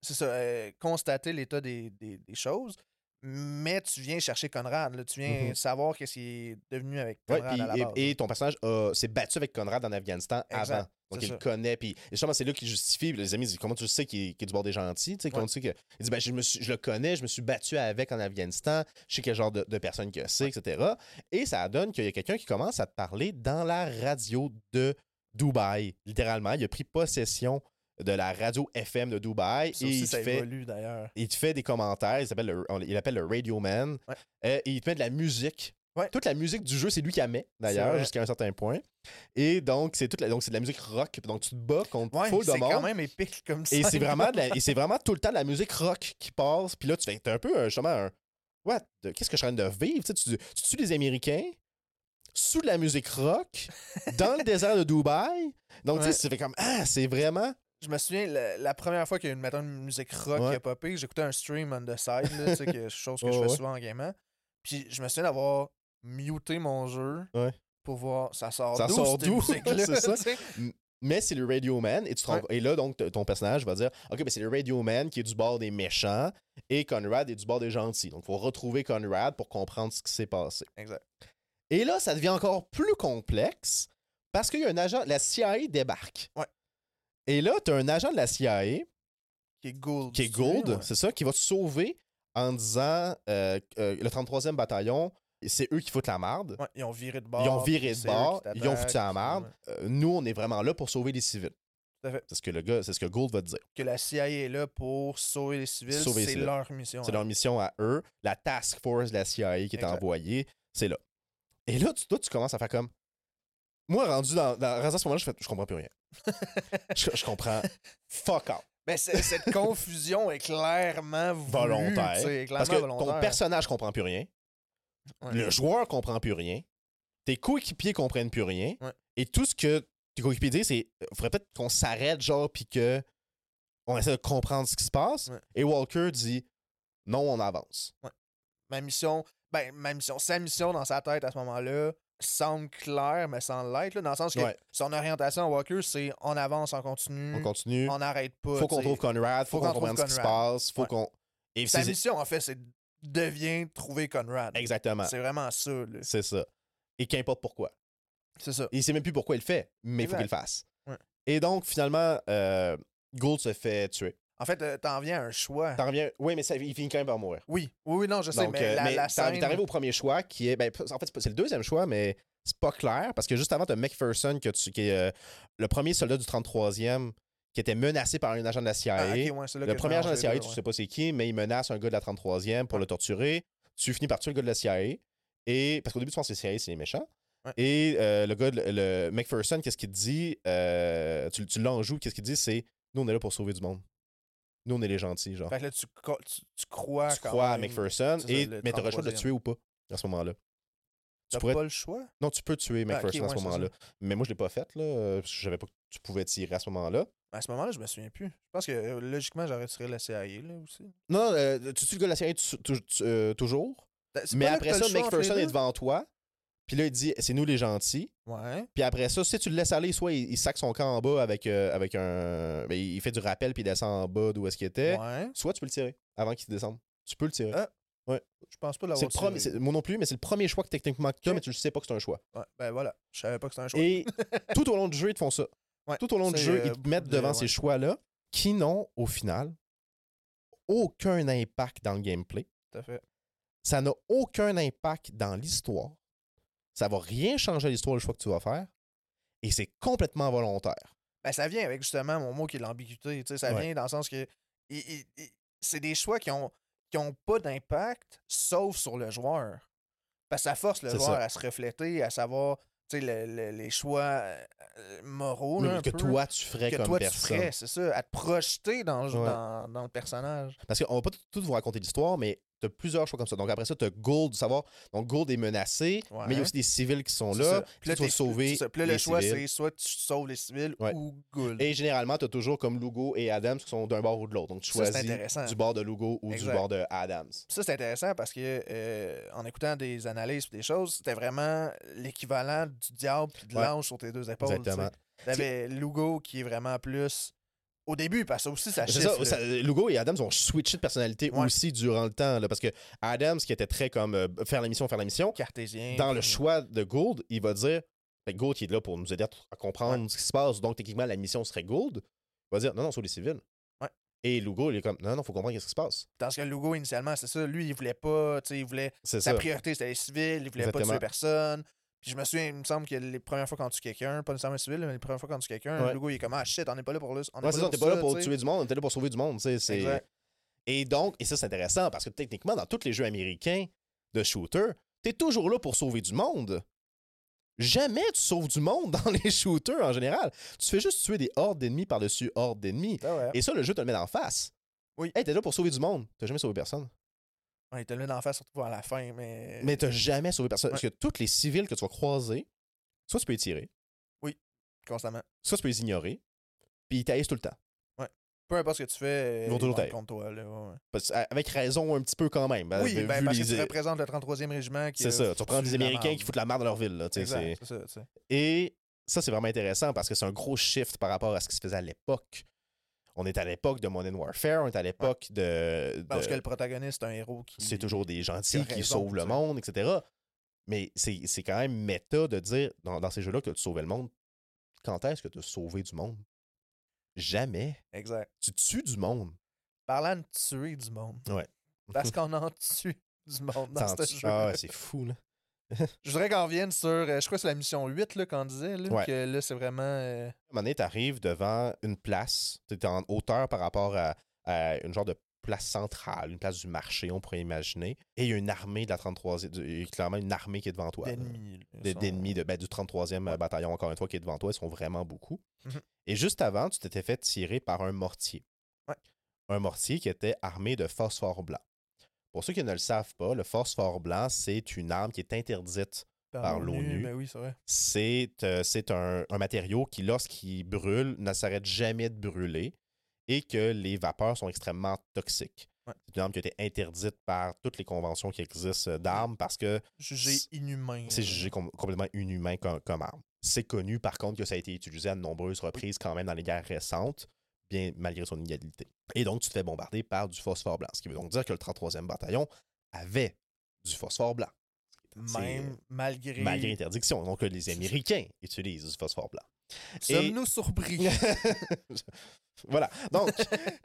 [SPEAKER 3] c'est ça, euh, constater l'état des, des- des choses, mais tu viens chercher Conrad. là. Tu viens
[SPEAKER 2] Mhm.
[SPEAKER 3] savoir qu'est-ce qui est devenu avec
[SPEAKER 2] Ouais,
[SPEAKER 3] Conrad
[SPEAKER 2] puis-
[SPEAKER 3] à la
[SPEAKER 2] et-
[SPEAKER 3] base. hein.
[SPEAKER 2] et, ton personnage euh, s'est battu avec Conrad en Afghanistan
[SPEAKER 3] Exact,
[SPEAKER 2] avant. Donc,
[SPEAKER 3] c'est
[SPEAKER 2] il
[SPEAKER 3] ça.
[SPEAKER 2] le connaît. Puis, et justement, c'est là qu'il justifie. puis les amis disent Comment tu sais qu'il qu'il est du bord des gentils Tu sais, comment tu sais que- Il dit ben, je, me suis- je le connais, je me suis battu avec en Afghanistan. Je sais quel genre de, de personne que c'est, etc. Et ça donne qu'il y a quelqu'un qui commence à te parler dans la radio de Dubaï. Littéralement, il a pris possession de la radio FM de Dubaï.
[SPEAKER 3] Ça
[SPEAKER 2] et
[SPEAKER 3] aussi,
[SPEAKER 2] il
[SPEAKER 3] ça
[SPEAKER 2] te fait
[SPEAKER 3] évolue d'ailleurs.
[SPEAKER 2] il te fait des commentaires, il s'appelle le, on- il appelle le Radio Man,
[SPEAKER 3] Ouais.
[SPEAKER 2] Euh, et il te met de la musique.
[SPEAKER 3] Ouais.
[SPEAKER 2] Toute la musique du jeu, c'est lui qui la met,
[SPEAKER 3] C'est
[SPEAKER 2] d'ailleurs,
[SPEAKER 3] vrai.
[SPEAKER 2] jusqu'à un certain point. Et donc, c'est toute la- donc c'est de la musique rock. Donc, tu te bats contre
[SPEAKER 3] Ouais,
[SPEAKER 2] full de
[SPEAKER 3] c'est
[SPEAKER 2] monde.
[SPEAKER 3] quand même épique comme ça.
[SPEAKER 2] Et c'est vraiment, de la- et c'est vraiment tout le temps de la musique rock qui passe. Puis là, tu fais t'es un peu un, justement un. What? De- Qu'est-ce que je suis en train de vivre? Tu sais, tu tu tues des Américains sous de la musique rock dans le désert de Dubaï. Donc, tu
[SPEAKER 3] Ouais.
[SPEAKER 2] sais, tu fais comme Ah, c'est vraiment.
[SPEAKER 3] Je me souviens, la, la première fois qu'il y a une mettons, une musique rock
[SPEAKER 2] Ouais.
[SPEAKER 3] qui a popé, j'écoutais un stream on the side, là, tu sais, que, chose que
[SPEAKER 2] Ouais,
[SPEAKER 3] je fais
[SPEAKER 2] ouais.
[SPEAKER 3] souvent en gaming. Puis je me souviens d'avoir muté mon jeu
[SPEAKER 2] Ouais.
[SPEAKER 3] pour voir ça sort
[SPEAKER 2] Ça
[SPEAKER 3] d'où.
[SPEAKER 2] sort
[SPEAKER 3] cette
[SPEAKER 2] d'où?
[SPEAKER 3] musique-là,
[SPEAKER 2] C'est ça.
[SPEAKER 3] tu sais.
[SPEAKER 2] mais c'est le Radio Man. Et, tu te rends-
[SPEAKER 3] Ouais.
[SPEAKER 2] et là, donc, t- ton personnage va dire Ok, mais c'est le Radio Man qui est du bord des méchants et Conrad est du bord des gentils. Donc, il faut retrouver Conrad pour comprendre ce qui s'est passé.
[SPEAKER 3] Exact.
[SPEAKER 2] Et là, ça devient encore plus complexe parce qu'il y a un agent. La CIA débarque.
[SPEAKER 3] Ouais.
[SPEAKER 2] Et là, tu as un agent de la CIA
[SPEAKER 3] Qui est Gould.
[SPEAKER 2] qui est
[SPEAKER 3] tu te souviens,
[SPEAKER 2] Gould,
[SPEAKER 3] ouais.
[SPEAKER 2] c'est ça, qui va te sauver en disant euh, euh, Le 33e bataillon, c'est eux qui foutent la marde.
[SPEAKER 3] Ouais, ils ont viré de bord.
[SPEAKER 2] Ils ont viré
[SPEAKER 3] puis
[SPEAKER 2] de
[SPEAKER 3] c'est eux
[SPEAKER 2] bord,
[SPEAKER 3] qui
[SPEAKER 2] ils ont foutu la
[SPEAKER 3] t'attaquent,
[SPEAKER 2] marde.
[SPEAKER 3] puis, ouais.
[SPEAKER 2] Euh, nous, on est vraiment là pour sauver les civils.
[SPEAKER 3] Tout à fait.
[SPEAKER 2] C'est ce que le gars, c'est ce que Gould va te dire.
[SPEAKER 3] Que la CIA est là pour sauver les civils,
[SPEAKER 2] Sauver les
[SPEAKER 3] c'est
[SPEAKER 2] civils.
[SPEAKER 3] leur mission. hein.
[SPEAKER 2] C'est leur mission à eux. La task force de la CIA qui est
[SPEAKER 3] Exact.
[SPEAKER 2] envoyée, c'est là. Et là, tu, toi, tu commences à faire comme. Moi, rendu dans, dans rendu à ce moment-là, je fais je comprends plus rien. je, je comprends. Fuck out.
[SPEAKER 3] Mais c'est- cette confusion est clairement voulue,
[SPEAKER 2] Volontaire.
[SPEAKER 3] tu sais, est clairement
[SPEAKER 2] Parce que ton
[SPEAKER 3] volontaire. hein.
[SPEAKER 2] personnage comprend plus rien.
[SPEAKER 3] Ouais.
[SPEAKER 2] Le joueur comprend plus rien. Tes coéquipiers comprennent plus rien.
[SPEAKER 3] Ouais.
[SPEAKER 2] Et tout ce que tes coéquipiers disent, c'est euh, faudrait peut-être qu'on s'arrête, genre, puis que on essaie de comprendre ce qui se passe.
[SPEAKER 3] Ouais.
[SPEAKER 2] Et Walker dit non, on avance.
[SPEAKER 3] ma mission, ben, ma mission, sa mission dans sa tête à ce moment-là semble claire, mais sans l'être, là, dans le sens que
[SPEAKER 2] Ouais.
[SPEAKER 3] son orientation à Walker, c'est on avance, on continue,
[SPEAKER 2] On continue.
[SPEAKER 3] on n'arrête pas.
[SPEAKER 2] faut qu'on
[SPEAKER 3] t'sais.
[SPEAKER 2] trouve Conrad, faut,
[SPEAKER 3] Ah, Faut
[SPEAKER 2] qu'on
[SPEAKER 3] qu'on trouve
[SPEAKER 2] comprenne ce qui se
[SPEAKER 3] Conrad.
[SPEAKER 2] passe, faut
[SPEAKER 3] Ouais.
[SPEAKER 2] qu'on. Et
[SPEAKER 3] Sa
[SPEAKER 2] c'est-
[SPEAKER 3] mission, en fait, c'est devient trouver Conrad.
[SPEAKER 2] Exactement.
[SPEAKER 3] C'est vraiment ça, là.
[SPEAKER 2] C'est ça. Et qu'importe pourquoi.
[SPEAKER 3] C'est ça.
[SPEAKER 2] Et il sait même plus pourquoi il le fait, mais il
[SPEAKER 3] Exact.
[SPEAKER 2] faut qu'il le fasse.
[SPEAKER 3] Ouais.
[SPEAKER 2] Et donc, finalement, euh, Gould se fait tuer.
[SPEAKER 3] En fait, euh, t'en viens à un choix.
[SPEAKER 2] T'en reviens. Oui, mais ça, il finit quand même par mourir.
[SPEAKER 3] Oui, oui, oui, non, je sais,
[SPEAKER 2] Donc,
[SPEAKER 3] mais
[SPEAKER 2] euh,
[SPEAKER 3] la,
[SPEAKER 2] mais
[SPEAKER 3] la
[SPEAKER 2] t'en-
[SPEAKER 3] scène-
[SPEAKER 2] t'arrives au premier choix qui est. ben, en fait, c'est pas- c'est le deuxième choix, mais c'est pas clair parce que juste avant, t'as McPherson que tu- qui est euh, le premier soldat du 33e qui était menacé par un agent de la CIA.
[SPEAKER 3] Ah, ok, ouais, c'est là
[SPEAKER 2] Le
[SPEAKER 3] que je
[SPEAKER 2] premier agent de
[SPEAKER 3] mélange
[SPEAKER 2] la CIA,
[SPEAKER 3] les
[SPEAKER 2] tu
[SPEAKER 3] deux,
[SPEAKER 2] sais pas c'est qui, mais il menace un gars de la 33e pour le torturer. Tu finis par tuer le gars de la CIA. Et, parce qu'au début, tu penses que c'est CIA, c'est les méchants.
[SPEAKER 3] Ouais.
[SPEAKER 2] Et euh, le gars, de- le McPherson, qu'est-ce qu'il te dit euh, Tu, tu l'enjoues, qu'est-ce qu'il te dit C'est Nous, on est là pour sauver du monde. Nous, on est les gentils, genre.
[SPEAKER 3] ouais. Fait que là, tu, co- tu, tu crois
[SPEAKER 2] tu
[SPEAKER 3] quand
[SPEAKER 2] crois à
[SPEAKER 3] même.
[SPEAKER 2] McPherson,
[SPEAKER 3] c'est ça,
[SPEAKER 2] et,
[SPEAKER 3] le
[SPEAKER 2] mais t'auras le choix de le
[SPEAKER 3] 33e.
[SPEAKER 2] tuer ou pas à ce moment-là.
[SPEAKER 3] T'as
[SPEAKER 2] Tu pourrais-
[SPEAKER 3] pas le choix?
[SPEAKER 2] Non, tu peux tuer
[SPEAKER 3] Ah, ok,
[SPEAKER 2] McPherson à ce
[SPEAKER 3] ouais, c'est
[SPEAKER 2] moment-là. Mais moi, je l'ai pas fait, là, euh, parce que je savais pas que tu pouvais tirer à ce moment-là.
[SPEAKER 3] À ce moment-là, je me souviens plus. Je pense que euh, logiquement, j'aurais tiré la CIA, là, aussi.
[SPEAKER 2] Non, euh, tu tues le gars de la CIA tu- tu- tu- euh, toujours.
[SPEAKER 3] C'est
[SPEAKER 2] Mais
[SPEAKER 3] pas là que
[SPEAKER 2] après
[SPEAKER 3] t'as
[SPEAKER 2] ça,
[SPEAKER 3] le choix entre les
[SPEAKER 2] McPherson est
[SPEAKER 3] deux?
[SPEAKER 2] devant toi. Puis là, il dit c'est nous les gentils.
[SPEAKER 3] Ouais.
[SPEAKER 2] Puis après ça, si tu le laisses aller, soit il, il sac son camp en bas avec, euh, avec un. ben, il fait du rappel puis il descend en bas d'où est-ce qu'il était.
[SPEAKER 3] Ouais.
[SPEAKER 2] Soit tu peux le tirer avant qu'il descende. Tu peux le tirer.
[SPEAKER 3] Ah, Je pense pas l'avoir
[SPEAKER 2] c'est ben, le premier-
[SPEAKER 3] tiré.
[SPEAKER 2] c'est- moi non plus, mais c'est le premier choix que techniquement que tu as,
[SPEAKER 3] Ok.
[SPEAKER 2] mais tu ne sais pas que c'est un choix.
[SPEAKER 3] Ouais, ben voilà. Je savais pas que c'était un choix.
[SPEAKER 2] Et tout au long du jeu, ils te font ça.
[SPEAKER 3] Ouais,
[SPEAKER 2] Tout au long du
[SPEAKER 3] c'est,
[SPEAKER 2] jeu,
[SPEAKER 3] euh,
[SPEAKER 2] ils te
[SPEAKER 3] beaucoup
[SPEAKER 2] mettent
[SPEAKER 3] de-
[SPEAKER 2] devant
[SPEAKER 3] ouais.
[SPEAKER 2] ces choix-là qui n'ont, au final, aucun impact dans le gameplay.
[SPEAKER 3] Tout à fait.
[SPEAKER 2] Ça n'a aucun impact dans l'histoire. Ça va rien changer à l'histoire le choix que tu vas faire. Et c'est complètement volontaire.
[SPEAKER 3] Ben, ça vient avec justement mon mot qui est l'ambiguïté. tu sais, Ça
[SPEAKER 2] Ouais.
[SPEAKER 3] vient dans le sens que il- il- il- c'est des choix qui ont, qui ont pas d'impact sauf sur le joueur. Parce que ça force le
[SPEAKER 2] C'est
[SPEAKER 3] joueur
[SPEAKER 2] ça.
[SPEAKER 3] à se refléter, à savoir tu sais, le- le- les choix euh, moraux. là, un
[SPEAKER 2] que
[SPEAKER 3] peu,
[SPEAKER 2] toi, tu ferais
[SPEAKER 3] que
[SPEAKER 2] comme
[SPEAKER 3] toi tu
[SPEAKER 2] personne.
[SPEAKER 3] ferais, c'est ça, à te projeter dans le, jeu-
[SPEAKER 2] Ouais.
[SPEAKER 3] dans, dans le personnage.
[SPEAKER 2] Parce qu'on va pas tout vous raconter l'histoire, mais tu as plusieurs choix comme ça. Donc après ça, tu as Gould, de savoir. Donc Gould est menacé,
[SPEAKER 3] Ouais.
[SPEAKER 2] mais il y a aussi des civils qui sont
[SPEAKER 3] C'est
[SPEAKER 2] là.
[SPEAKER 3] ça.
[SPEAKER 2] Puis tu vas
[SPEAKER 3] t'es-
[SPEAKER 2] sauver.
[SPEAKER 3] c'est ça. Puis là, le
[SPEAKER 2] les
[SPEAKER 3] choix,
[SPEAKER 2] civils.
[SPEAKER 3] c'est soit tu sauves les civils
[SPEAKER 2] Ouais.
[SPEAKER 3] ou Gould.
[SPEAKER 2] Et généralement, tu as toujours comme Lugo et Adams qui sont d'un bord ou de l'autre. Donc tu
[SPEAKER 3] Ça, c'est
[SPEAKER 2] choisis
[SPEAKER 3] intéressant.
[SPEAKER 2] du bord de Lugo ou
[SPEAKER 3] Exact.
[SPEAKER 2] du bord de Adams.
[SPEAKER 3] Ça, c'est intéressant parce que euh, en écoutant des analyses et des choses, c'était vraiment l'équivalent du diable et de
[SPEAKER 2] Ouais.
[SPEAKER 3] l'ange sur tes deux épaules. tu sais.
[SPEAKER 2] Exactement.
[SPEAKER 3] T'avais Lugo qui est vraiment plus Au début, parce que ça aussi, ça
[SPEAKER 2] C'est
[SPEAKER 3] chiffre.
[SPEAKER 2] ça, ça, Lugo et Adams ont switché de personnalité
[SPEAKER 3] euh, Ouais.
[SPEAKER 2] aussi durant le temps. là, parce que Adams, qui était très comme euh, faire la mission, faire la mission,
[SPEAKER 3] cartésien.
[SPEAKER 2] dans le choix de Gould, il va dire fait que Gould qui est là pour nous aider à, tr- à comprendre ce qui se passe, donc techniquement la mission serait Gould. Il va dire non, non, sur les civils.
[SPEAKER 3] Ouais.
[SPEAKER 2] Et Lugo, il est comme non, non, faut comprendre ce qui se passe.
[SPEAKER 3] Dans ce que Lugo, initialement, c'est ça. Lui, il voulait pas. tu sais, Il voulait.
[SPEAKER 2] C'est
[SPEAKER 3] Sa
[SPEAKER 2] ça.
[SPEAKER 3] priorité, c'était les civils. Il voulait pas
[SPEAKER 2] Exactement.
[SPEAKER 3] tuer personne. Puis je me souviens, il me semble que les premières fois quand tu quelqu'un, pas nécessairement un civil, mais les premières fois quand tu quelqu'un,
[SPEAKER 2] Ouais.
[SPEAKER 3] Lugo, il est comme Ah shit, on n'est pas là pour le. On n'est
[SPEAKER 2] Ouais, c'est ça, t'es pas là pour
[SPEAKER 3] tu sais.
[SPEAKER 2] tuer du monde, t'es là pour sauver du monde. tu sais, c'est-
[SPEAKER 3] Exact.
[SPEAKER 2] Et donc, et ça c'est intéressant parce que techniquement, dans tous les jeux américains de shooter, t'es toujours là pour sauver du monde. Jamais tu sauves du monde dans les shooters en général. Tu fais juste tuer des hordes d'ennemis par-dessus hordes d'ennemis.
[SPEAKER 3] Ah ouais.
[SPEAKER 2] Et ça, le jeu te le met en face.
[SPEAKER 3] Oui.
[SPEAKER 2] Hey, t'es là pour sauver du monde. T'as jamais sauvé personne.
[SPEAKER 3] Ouais, il te le met d'en face, surtout à la fin, mais.
[SPEAKER 2] Mais t'as jamais sauvé personne. Parce que toutes les civils que tu vas croiser, soit tu peux les tirer,
[SPEAKER 3] Constamment.
[SPEAKER 2] soit tu peux les ignorer, puis ils t'haïssent tout le temps.
[SPEAKER 3] Peu importe ce que tu fais, euh,
[SPEAKER 2] Ils vont toujours
[SPEAKER 3] prendre
[SPEAKER 2] t'aider.
[SPEAKER 3] contre toi. Là, ouais, ouais.
[SPEAKER 2] Parce- avec raison un petit peu quand même.
[SPEAKER 3] Oui,
[SPEAKER 2] Euh,
[SPEAKER 3] ben,
[SPEAKER 2] vu
[SPEAKER 3] parce
[SPEAKER 2] les-
[SPEAKER 3] que tu représentes le 33e régiment qui
[SPEAKER 2] C'est
[SPEAKER 3] a
[SPEAKER 2] ça. Tu reprends
[SPEAKER 3] foutu
[SPEAKER 2] des
[SPEAKER 3] la
[SPEAKER 2] Américains
[SPEAKER 3] merde.
[SPEAKER 2] qui foutent la merde dans leur ville. là, tu sais, c'est-
[SPEAKER 3] Exact, c'est ça, tu sais.
[SPEAKER 2] Et ça, c'est vraiment intéressant parce que c'est un gros shift par rapport à ce qui se faisait à l'époque. On est à l'époque de Modern Warfare, on est à l'époque de. de-
[SPEAKER 3] Ben, Parce que le protagoniste est un héros qui.
[SPEAKER 2] c'est toujours des gentils
[SPEAKER 3] qui a
[SPEAKER 2] qui
[SPEAKER 3] raison,
[SPEAKER 2] sauvent le
[SPEAKER 3] tu sais.
[SPEAKER 2] monde, etc. Mais c'est c'est quand même méta de dire dans, dans ces jeux-là que tu sauvais le monde. Quand est-ce que tu as sauvé du monde? Jamais.
[SPEAKER 3] Exact.
[SPEAKER 2] Tu tues du monde.
[SPEAKER 3] Parlant de tuer du monde.
[SPEAKER 2] Ouais.
[SPEAKER 3] Parce qu'on en tue du monde dans
[SPEAKER 2] T'en
[SPEAKER 3] ce
[SPEAKER 2] tues-
[SPEAKER 3] jeu.
[SPEAKER 2] Ah ouais, c'est fou, là.
[SPEAKER 3] Je voudrais qu'on revienne sur. euh, je crois que c'est la mission 8 là, qu'on disait. Là,
[SPEAKER 2] Ouais.
[SPEAKER 3] Que là, c'est vraiment. euh,
[SPEAKER 2] un moment donné, t'arrives devant une place, t'es en hauteur par rapport à, à une genre de place centrale, une place du marché, on pourrait imaginer. Et il y a une armée de la 33e, du- il y a clairement une armée qui est devant toi. là.
[SPEAKER 3] d'ennemis. là.
[SPEAKER 2] De-
[SPEAKER 3] Ils sont-
[SPEAKER 2] D'ennemis de, ben, du 33e bataillon, encore une fois, qui est devant toi, ils sont vraiment beaucoup.
[SPEAKER 3] Mhm.
[SPEAKER 2] Et juste avant, tu t'étais fait tirer par un mortier.
[SPEAKER 3] Ouais.
[SPEAKER 2] Un mortier qui était armé de phosphore blanc. Pour ceux qui ne le savent pas, le phosphore blanc, c'est une arme qui est interdite par l'ONU.
[SPEAKER 3] Ben oui, c'est vrai.
[SPEAKER 2] c'est euh, c'est un, un matériau qui, lorsqu'il brûle, ne s'arrête jamais de brûler et que les vapeurs sont extrêmement toxiques.
[SPEAKER 3] Ouais.
[SPEAKER 2] C'est une arme qui a été interdite par toutes les conventions qui existent euh, d'armes parce que
[SPEAKER 3] Jugé
[SPEAKER 2] C'est-
[SPEAKER 3] inhumain.
[SPEAKER 2] c'est
[SPEAKER 3] là.
[SPEAKER 2] jugé com- complètement inhumain comme, comme arme. C'est connu, par contre, que ça a été utilisé à de nombreuses reprises quand même dans les guerres récentes, bien malgré son inégalité. Et donc, tu te fais bombarder par du phosphore blanc, ce qui veut donc dire que le 33e bataillon avait du phosphore blanc, c'est-
[SPEAKER 3] Même malgré.
[SPEAKER 2] malgré interdiction. Donc, euh, les Américains utilisent du phosphore blanc.
[SPEAKER 3] Sommes-nous surpris?
[SPEAKER 2] voilà. Donc,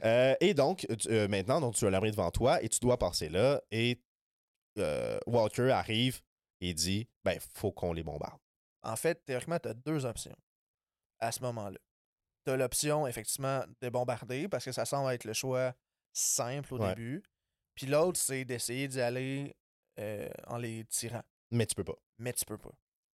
[SPEAKER 2] euh, et donc, tu- euh, maintenant, donc, tu as l'armée devant toi et tu dois passer là. Et euh, Walker arrive et dit Ben, faut qu'on les bombarde.
[SPEAKER 3] En fait, théoriquement, tu as deux options à ce moment-là. Tu as l'option, effectivement, de bombarder parce que ça semble être le choix simple au
[SPEAKER 2] Ouais.
[SPEAKER 3] début. Puis l'autre, c'est d'essayer d'y aller euh, en les tirant.
[SPEAKER 2] Mais tu peux pas.
[SPEAKER 3] Mais tu peux pas.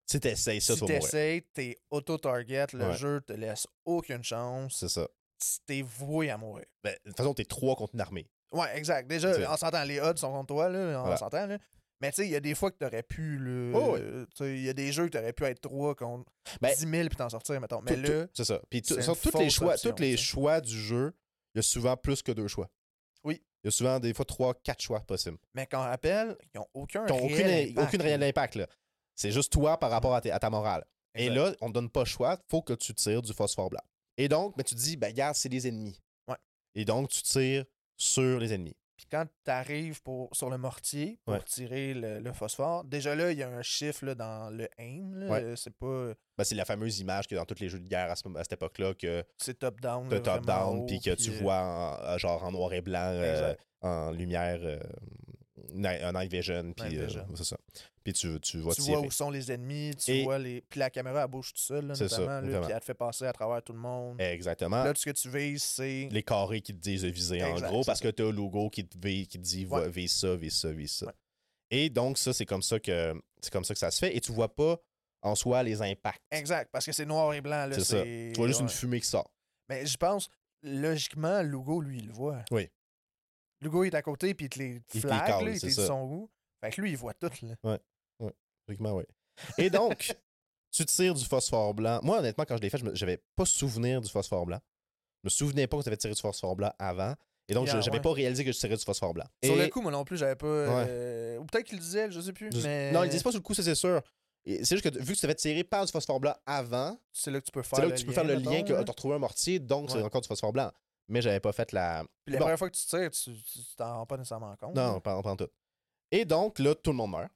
[SPEAKER 2] Si t'essayes ça,
[SPEAKER 3] si
[SPEAKER 2] tu vas mourir.
[SPEAKER 3] t'essayes, t'es auto-target, le
[SPEAKER 2] Ouais.
[SPEAKER 3] jeu te laisse aucune chance,
[SPEAKER 2] C'est ça.
[SPEAKER 3] si t'es voué à mourir.
[SPEAKER 2] Ben, de toute façon, t'es trois contre une armée.
[SPEAKER 3] Ouais, exact. Déjà,
[SPEAKER 2] C'est-
[SPEAKER 3] on s'entend, les odds sont contre toi, là, on
[SPEAKER 2] Voilà.
[SPEAKER 3] s'entend. Là. Mais tu sais, il y a des fois que t'aurais pu. là,
[SPEAKER 2] Oh, ouais.
[SPEAKER 3] euh, tu sais, Il y a des jeux que t'aurais pu être trois contre
[SPEAKER 2] Ben,
[SPEAKER 3] 10 000 puis t'en sortir, mettons. Mais
[SPEAKER 2] Tout-
[SPEAKER 3] là.
[SPEAKER 2] tout- C'est ça. Puis, tout-
[SPEAKER 3] c'est
[SPEAKER 2] sur
[SPEAKER 3] une
[SPEAKER 2] toutes les
[SPEAKER 3] fausse
[SPEAKER 2] choix,
[SPEAKER 3] option,
[SPEAKER 2] toutes les
[SPEAKER 3] tu sais.
[SPEAKER 2] choix du jeu, il y a souvent plus que deux choix.
[SPEAKER 3] Oui.
[SPEAKER 2] Il y a souvent des fois trois, quatre choix possibles.
[SPEAKER 3] Mais qu'on rappelle, ils n'ont aucun
[SPEAKER 2] Qui n'ont
[SPEAKER 3] réel
[SPEAKER 2] aucune,
[SPEAKER 3] impact,
[SPEAKER 2] aucune réelle
[SPEAKER 3] là.
[SPEAKER 2] impact. là. C'est juste toi par rapport à, tes- à ta morale. Et
[SPEAKER 3] Exact.
[SPEAKER 2] là, on ne donne pas le choix, faut que tu tires du phosphore blanc. Et donc, mais tu te dis, ben, regarde, c'est les ennemis.
[SPEAKER 3] Ouais.
[SPEAKER 2] Et donc, tu tires sur les ennemis.
[SPEAKER 3] Puis quand tu arrives pour, sur le mortier pour
[SPEAKER 2] Ouais.
[SPEAKER 3] tirer le, le phosphore, déjà là, il y a un chiffre là, dans le aim. là,
[SPEAKER 2] Ouais.
[SPEAKER 3] euh, C'est pas.
[SPEAKER 2] Ben, c'est la fameuse image que dans tous les jeux de guerre à, ce moment- à cette époque-là, que
[SPEAKER 3] C'est top-down.
[SPEAKER 2] tu
[SPEAKER 3] là, vraiment haut,
[SPEAKER 2] top-down, puis que tu
[SPEAKER 3] euh,
[SPEAKER 2] vois en- en- genre en noir et blanc, euh,
[SPEAKER 3] exact.
[SPEAKER 2] en lumière, euh, night, euh, night vision, puis
[SPEAKER 3] Night
[SPEAKER 2] euh,
[SPEAKER 3] vision.
[SPEAKER 2] c'est ça. Puis tu, tu vois
[SPEAKER 3] tu
[SPEAKER 2] tirer.
[SPEAKER 3] vois où sont les ennemis, tu
[SPEAKER 2] Et-
[SPEAKER 3] vois les. Puis la caméra, elle bouge toute seule, là,
[SPEAKER 2] C'est ça,
[SPEAKER 3] notamment. là,
[SPEAKER 2] notamment.
[SPEAKER 3] Puis elle te fait passer à travers tout le monde.
[SPEAKER 2] Exactement.
[SPEAKER 3] Là, tout ce que tu vises, c'est.
[SPEAKER 2] les carrés qui te disent de viser
[SPEAKER 3] Exact,
[SPEAKER 2] en gros
[SPEAKER 3] c'est
[SPEAKER 2] parce
[SPEAKER 3] ça.
[SPEAKER 2] que tu as logo qui te, vi- qui te dit va-
[SPEAKER 3] Ouais.
[SPEAKER 2] vise ça, vise ça, vise ça.
[SPEAKER 3] Ouais.
[SPEAKER 2] Et donc ça c'est comme ça que c'est comme ça que ça se fait et tu vois pas en soi les impacts.
[SPEAKER 3] Exact, parce que c'est noir et blanc. là,
[SPEAKER 2] C'est ça.
[SPEAKER 3] c'est-
[SPEAKER 2] Tu vois juste une
[SPEAKER 3] ouais.
[SPEAKER 2] fumée qui sort.
[SPEAKER 3] Mais Ben, je pense, logiquement, Lugo, lui, il le voit.
[SPEAKER 2] Oui.
[SPEAKER 3] Lugo il est à côté, puis il te les
[SPEAKER 2] te les
[SPEAKER 3] flag,
[SPEAKER 2] cale,
[SPEAKER 3] là, il te
[SPEAKER 2] c'est
[SPEAKER 3] dit
[SPEAKER 2] ça.
[SPEAKER 3] son où. Fait que lui, il voit tout, là.
[SPEAKER 2] Logiquement, oui. Et donc tu tires du phosphore blanc. Moi honnêtement quand je l'ai fait, je me- j'avais pas souvenir du phosphore blanc. Je me souvenais pas que tu avais tiré du phosphore blanc avant et donc
[SPEAKER 3] Ah,
[SPEAKER 2] je- j'avais
[SPEAKER 3] ouais.
[SPEAKER 2] pas réalisé que je tirais du phosphore blanc.
[SPEAKER 3] Sur
[SPEAKER 2] Et-
[SPEAKER 3] le coup, moi non plus, j'avais pas. euh, Ou peut-être qu'il le disait, je sais plus.
[SPEAKER 2] Je-
[SPEAKER 3] Mais...
[SPEAKER 2] Non, ils disent pas sur le coup, ça c'est sûr. Et C'est juste que t- vu que tu t'avais tiré par du phosphore blanc avant,
[SPEAKER 3] C'est là que tu peux faire
[SPEAKER 2] c'est là
[SPEAKER 3] le
[SPEAKER 2] que tu peux
[SPEAKER 3] lien,
[SPEAKER 2] faire le
[SPEAKER 3] mettons,
[SPEAKER 2] lien que
[SPEAKER 3] là.
[SPEAKER 2] tu as retrouvé un mortier, donc c'est
[SPEAKER 3] Ouais.
[SPEAKER 2] encore du phosphore blanc. Mais j'avais pas fait la.
[SPEAKER 3] Puis la
[SPEAKER 2] Bon.
[SPEAKER 3] première fois que tu tires, tu tu- tu t'en rends pas nécessairement compte.
[SPEAKER 2] Non, on prend tout. Et donc, là, tout le monde meurt.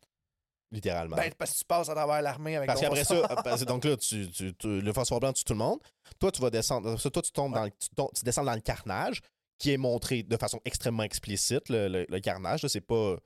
[SPEAKER 2] Littéralement.
[SPEAKER 3] Ben, parce que tu passes à travers l'armée avec
[SPEAKER 2] Parce
[SPEAKER 3] ton
[SPEAKER 2] qu'après
[SPEAKER 3] phosphore.
[SPEAKER 2] ça, parce- donc là, tu, tu- tu- le phosphore blanc tue tout le monde. Toi, tu vas descendre. après ça, Toi, tu tombes dans le, tu, tombes- tu descends dans le carnage qui est montré de façon extrêmement explicite. Le, le- le carnage, là, c'est pas.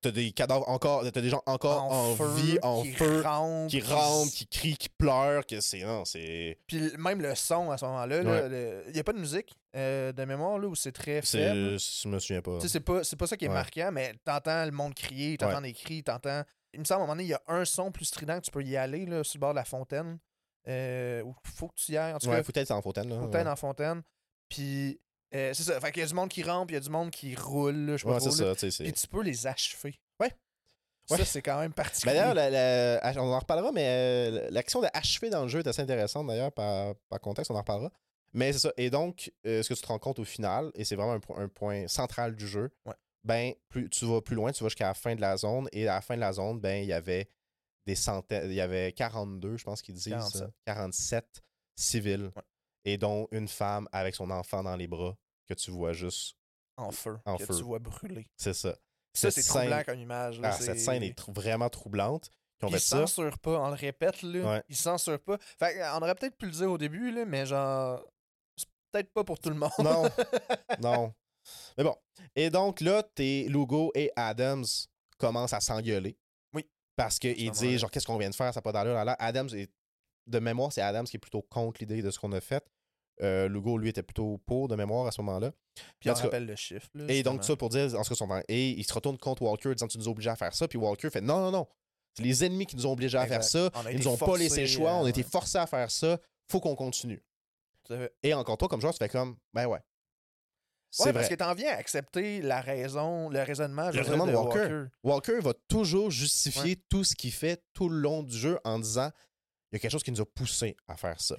[SPEAKER 2] T'as des cadavres encore. T'as des gens encore en,
[SPEAKER 3] feu,
[SPEAKER 2] vie, en
[SPEAKER 3] qui
[SPEAKER 2] feu,
[SPEAKER 3] rampent,
[SPEAKER 2] qui
[SPEAKER 3] qui s-
[SPEAKER 2] rampent, qui crient, qui pleurent. Que c'est. Non, c'est.
[SPEAKER 3] Puis l- même le son à ce moment-là,
[SPEAKER 2] Ouais.
[SPEAKER 3] il n'y a pas de musique euh, de mémoire là, où c'est très faible.
[SPEAKER 2] c'est- Je me souviens pas.
[SPEAKER 3] Tu sais, c'est pas, c'est pas ça qui est
[SPEAKER 2] Ouais.
[SPEAKER 3] marquant, mais t'entends le monde crier, t'entends des cris, t'entends. Il me semble à un moment donné, il y a un son plus strident que tu peux y aller là, sur le bord de la fontaine. Euh, où faut que tu y ailles. En tout
[SPEAKER 2] Ouais,
[SPEAKER 3] cas,
[SPEAKER 2] faut être en fontaine. Là,
[SPEAKER 3] faut que
[SPEAKER 2] ouais.
[SPEAKER 3] t'ailles dans la fontaine. Puis euh, c'est ça. Fait qu'il y a du monde qui rampe, il y a du monde qui roule. là, je sais pas
[SPEAKER 2] Ouais, c'est
[SPEAKER 3] trop, là.
[SPEAKER 2] ça. tu sais, c'est-
[SPEAKER 3] Puis tu peux les achever.
[SPEAKER 2] Ouais. Ouais.
[SPEAKER 3] Ça, c'est quand même particulier.
[SPEAKER 2] Ben d'ailleurs, la- la- on en reparlera, mais euh, l'action de achever dans le jeu est assez intéressante d'ailleurs par, par contexte, on en reparlera. Mais c'est ça. Et donc, euh, ce que tu te rends compte au final, et c'est vraiment un, po- un point central du jeu,
[SPEAKER 3] Ouais.
[SPEAKER 2] ben, plus tu vas plus loin, tu vas jusqu'à la fin de la zone, et à la fin de la zone, ben, il y avait des centaines, il y avait 42, je pense qu'ils disent,
[SPEAKER 3] 47.
[SPEAKER 2] euh, 47 civils,
[SPEAKER 3] Ouais.
[SPEAKER 2] et dont une femme avec son enfant dans les bras que tu vois juste.
[SPEAKER 3] en feu,
[SPEAKER 2] en
[SPEAKER 3] que
[SPEAKER 2] feu.
[SPEAKER 3] tu vois brûler.
[SPEAKER 2] C'est ça.
[SPEAKER 3] Ça,
[SPEAKER 2] Cette
[SPEAKER 3] c'est
[SPEAKER 2] scène-
[SPEAKER 3] troublant comme image. Là,
[SPEAKER 2] Ah, cette scène est trou- vraiment troublante. Ils ont
[SPEAKER 3] Ils
[SPEAKER 2] fait ça.
[SPEAKER 3] censurent pas, on le répète, là.
[SPEAKER 2] Ouais.
[SPEAKER 3] Ils censurent pas. Fait qu'on aurait peut-être pu le dire au début, là, mais genre, c'est peut-être pas pour tout le monde.
[SPEAKER 2] Non. non. Mais bon. Et donc là, tes Lugo et Adams commencent à s'engueuler.
[SPEAKER 3] Oui.
[SPEAKER 2] Parce qu'ils
[SPEAKER 3] moment-là.
[SPEAKER 2] disent, genre, qu'est-ce qu'on vient de faire, ça n'a pas d'allure. Là, là, Adams, est, de mémoire, c'est Adams qui est plutôt contre l'idée de ce qu'on a fait. Euh, Lugo, lui, était plutôt pour, de mémoire, à ce moment-là.
[SPEAKER 3] Puis on
[SPEAKER 2] En tout cas-
[SPEAKER 3] rappelle le chiffre. là,
[SPEAKER 2] Et donc,
[SPEAKER 3] justement.
[SPEAKER 2] ça pour dire, en ce cas, son Et il se retourne contre Walker, disant, tu nous obliges à faire ça. Puis Walker fait, non, non, non. C'est les ennemis qui nous ont obligés à
[SPEAKER 3] Exact.
[SPEAKER 2] faire ça.
[SPEAKER 3] On a
[SPEAKER 2] Ils
[SPEAKER 3] été
[SPEAKER 2] nous ont pas
[SPEAKER 3] forcés,
[SPEAKER 2] laissé le choix.
[SPEAKER 3] euh,
[SPEAKER 2] On a été
[SPEAKER 3] ouais.
[SPEAKER 2] forcés à faire ça. Faut qu'on continue.
[SPEAKER 3] Tout à fait.
[SPEAKER 2] Et encore toi, comme joueur, tu fais comme, ben ouais. C'est
[SPEAKER 3] Ouais,
[SPEAKER 2] vrai.
[SPEAKER 3] parce que t'en viens à accepter la raison, le raisonnement, je
[SPEAKER 2] Le
[SPEAKER 3] veux
[SPEAKER 2] raisonnement
[SPEAKER 3] dire,
[SPEAKER 2] de Walker. Walker va toujours justifier
[SPEAKER 3] Ouais.
[SPEAKER 2] tout ce qu'il fait tout le long du jeu en disant il y a quelque chose qui nous a poussé à faire ça.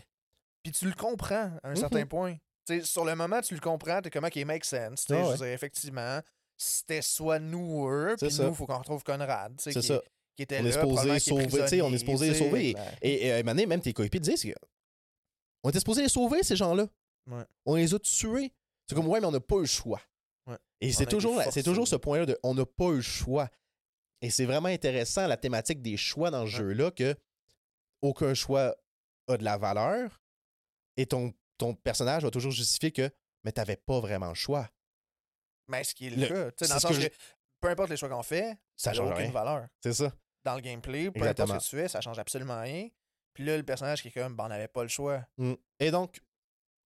[SPEAKER 3] Puis tu le comprends à un
[SPEAKER 2] Mhm.
[SPEAKER 3] certain point. Tu sais, sur le moment, tu le comprends, t'es comment qu'il make sense. tu sais,
[SPEAKER 2] Ah
[SPEAKER 3] je veux
[SPEAKER 2] ouais.
[SPEAKER 3] dire, effectivement, c'était soit nous ou eux,
[SPEAKER 2] C'est
[SPEAKER 3] puis
[SPEAKER 2] ça.
[SPEAKER 3] nous, il faut qu'on retrouve Conrad. tu sais,
[SPEAKER 2] C'est
[SPEAKER 3] qui-
[SPEAKER 2] ça.
[SPEAKER 3] Qui était
[SPEAKER 2] On
[SPEAKER 3] là,
[SPEAKER 2] est supposé
[SPEAKER 3] probablement qui est
[SPEAKER 2] sauver, tu sais, on est
[SPEAKER 3] prisonnier,
[SPEAKER 2] supposé
[SPEAKER 3] tu
[SPEAKER 2] les
[SPEAKER 3] sais,
[SPEAKER 2] sauver.
[SPEAKER 3] clair.
[SPEAKER 2] Et, et à un moment donné, même tes coéquipiers te disent que on était supposé les sauver, ces gens-là.
[SPEAKER 3] Ouais.
[SPEAKER 2] On les a tués. C'est comme ouais, mais on n'a pas eu le choix.
[SPEAKER 3] Ouais.
[SPEAKER 2] Et
[SPEAKER 3] a
[SPEAKER 2] c'est
[SPEAKER 3] été
[SPEAKER 2] toujours, la-
[SPEAKER 3] forcés.
[SPEAKER 2] c'est toujours ce point-là de on n'a pas eu le choix. Et c'est vraiment intéressant la thématique des choix dans ce
[SPEAKER 3] Ouais.
[SPEAKER 2] jeu-là que aucun choix a de la valeur et ton, ton personnage va toujours justifier que mais t'avais pas vraiment le choix.
[SPEAKER 3] Mais ce qui est le,
[SPEAKER 2] Le-
[SPEAKER 3] cas, tu sais,
[SPEAKER 2] c'est
[SPEAKER 3] dans le
[SPEAKER 2] ce
[SPEAKER 3] sens
[SPEAKER 2] que
[SPEAKER 3] que,
[SPEAKER 2] je-
[SPEAKER 3] peu importe les choix qu'on fait,
[SPEAKER 2] Ça
[SPEAKER 3] ça n'a
[SPEAKER 2] change
[SPEAKER 3] aucune
[SPEAKER 2] rien.
[SPEAKER 3] valeur.
[SPEAKER 2] C'est ça.
[SPEAKER 3] Dans le gameplay, peu
[SPEAKER 2] Exactement.
[SPEAKER 3] importe ce que tu fais, ça change absolument rien. Puis là, le personnage qui est comme, ben, on n'avait pas le choix.
[SPEAKER 2] Mm. Et donc,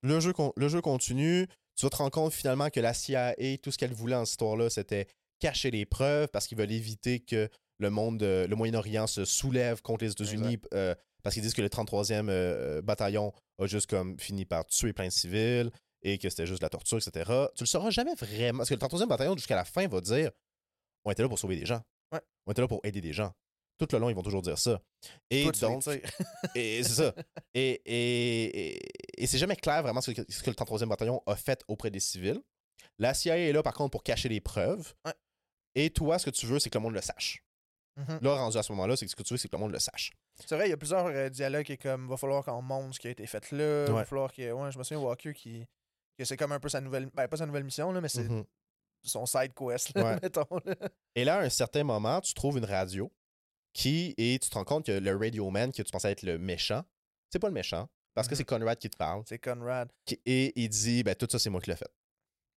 [SPEAKER 2] le jeu, con- le jeu continue. Tu vas te rendre compte finalement que la CIA, tout ce qu'elle voulait en cette histoire-là, c'était cacher les preuves parce qu'ils veulent éviter que le monde, euh, le Moyen-Orient se soulève contre les États-Unis euh, parce qu'ils disent que le 33e euh, euh, bataillon a juste comme fini par tuer plein de civils et que c'était juste de la torture, etc. Tu le sauras jamais vraiment. Parce que le 33e bataillon, jusqu'à la fin, va dire on était là pour sauver des gens.
[SPEAKER 3] Ouais.
[SPEAKER 2] On était là pour aider des gens. Tout le long, ils vont toujours dire ça. Et
[SPEAKER 3] Toi, tu
[SPEAKER 2] donc,
[SPEAKER 3] les tires.
[SPEAKER 2] et c'est ça. Et, et, et- et c'est jamais clair vraiment ce que, ce que le 33e bataillon a fait auprès des civils. La CIA est là, par contre, pour cacher les preuves.
[SPEAKER 3] Ouais.
[SPEAKER 2] Et toi, ce que tu veux, c'est que le monde le sache.
[SPEAKER 3] Mhm.
[SPEAKER 2] Là, rendu à ce moment-là, c'est que ce que tu veux, c'est que le monde le sache.
[SPEAKER 3] C'est vrai, il y a plusieurs euh, dialogues qui est comme, va falloir qu'on montre ce qui a été fait là.
[SPEAKER 2] Ouais.
[SPEAKER 3] Va falloir que, ouais, je me souviens, Walker qui. Que c'est comme un peu sa nouvelle. Ben, pas sa nouvelle mission, là, mais c'est
[SPEAKER 2] Mhm.
[SPEAKER 3] son side quest, là,
[SPEAKER 2] Ouais.
[SPEAKER 3] mettons. là.
[SPEAKER 2] Et là, à un certain moment, tu trouves une radio qui, et tu te rends compte que le Radio Man, que tu pensais être le méchant, c'est pas le méchant, parce que
[SPEAKER 3] Mhm.
[SPEAKER 2] c'est Conrad qui te parle.
[SPEAKER 3] C'est Conrad.
[SPEAKER 2] qui- Et il dit, ben, tout ça, c'est moi qui l'ai fait.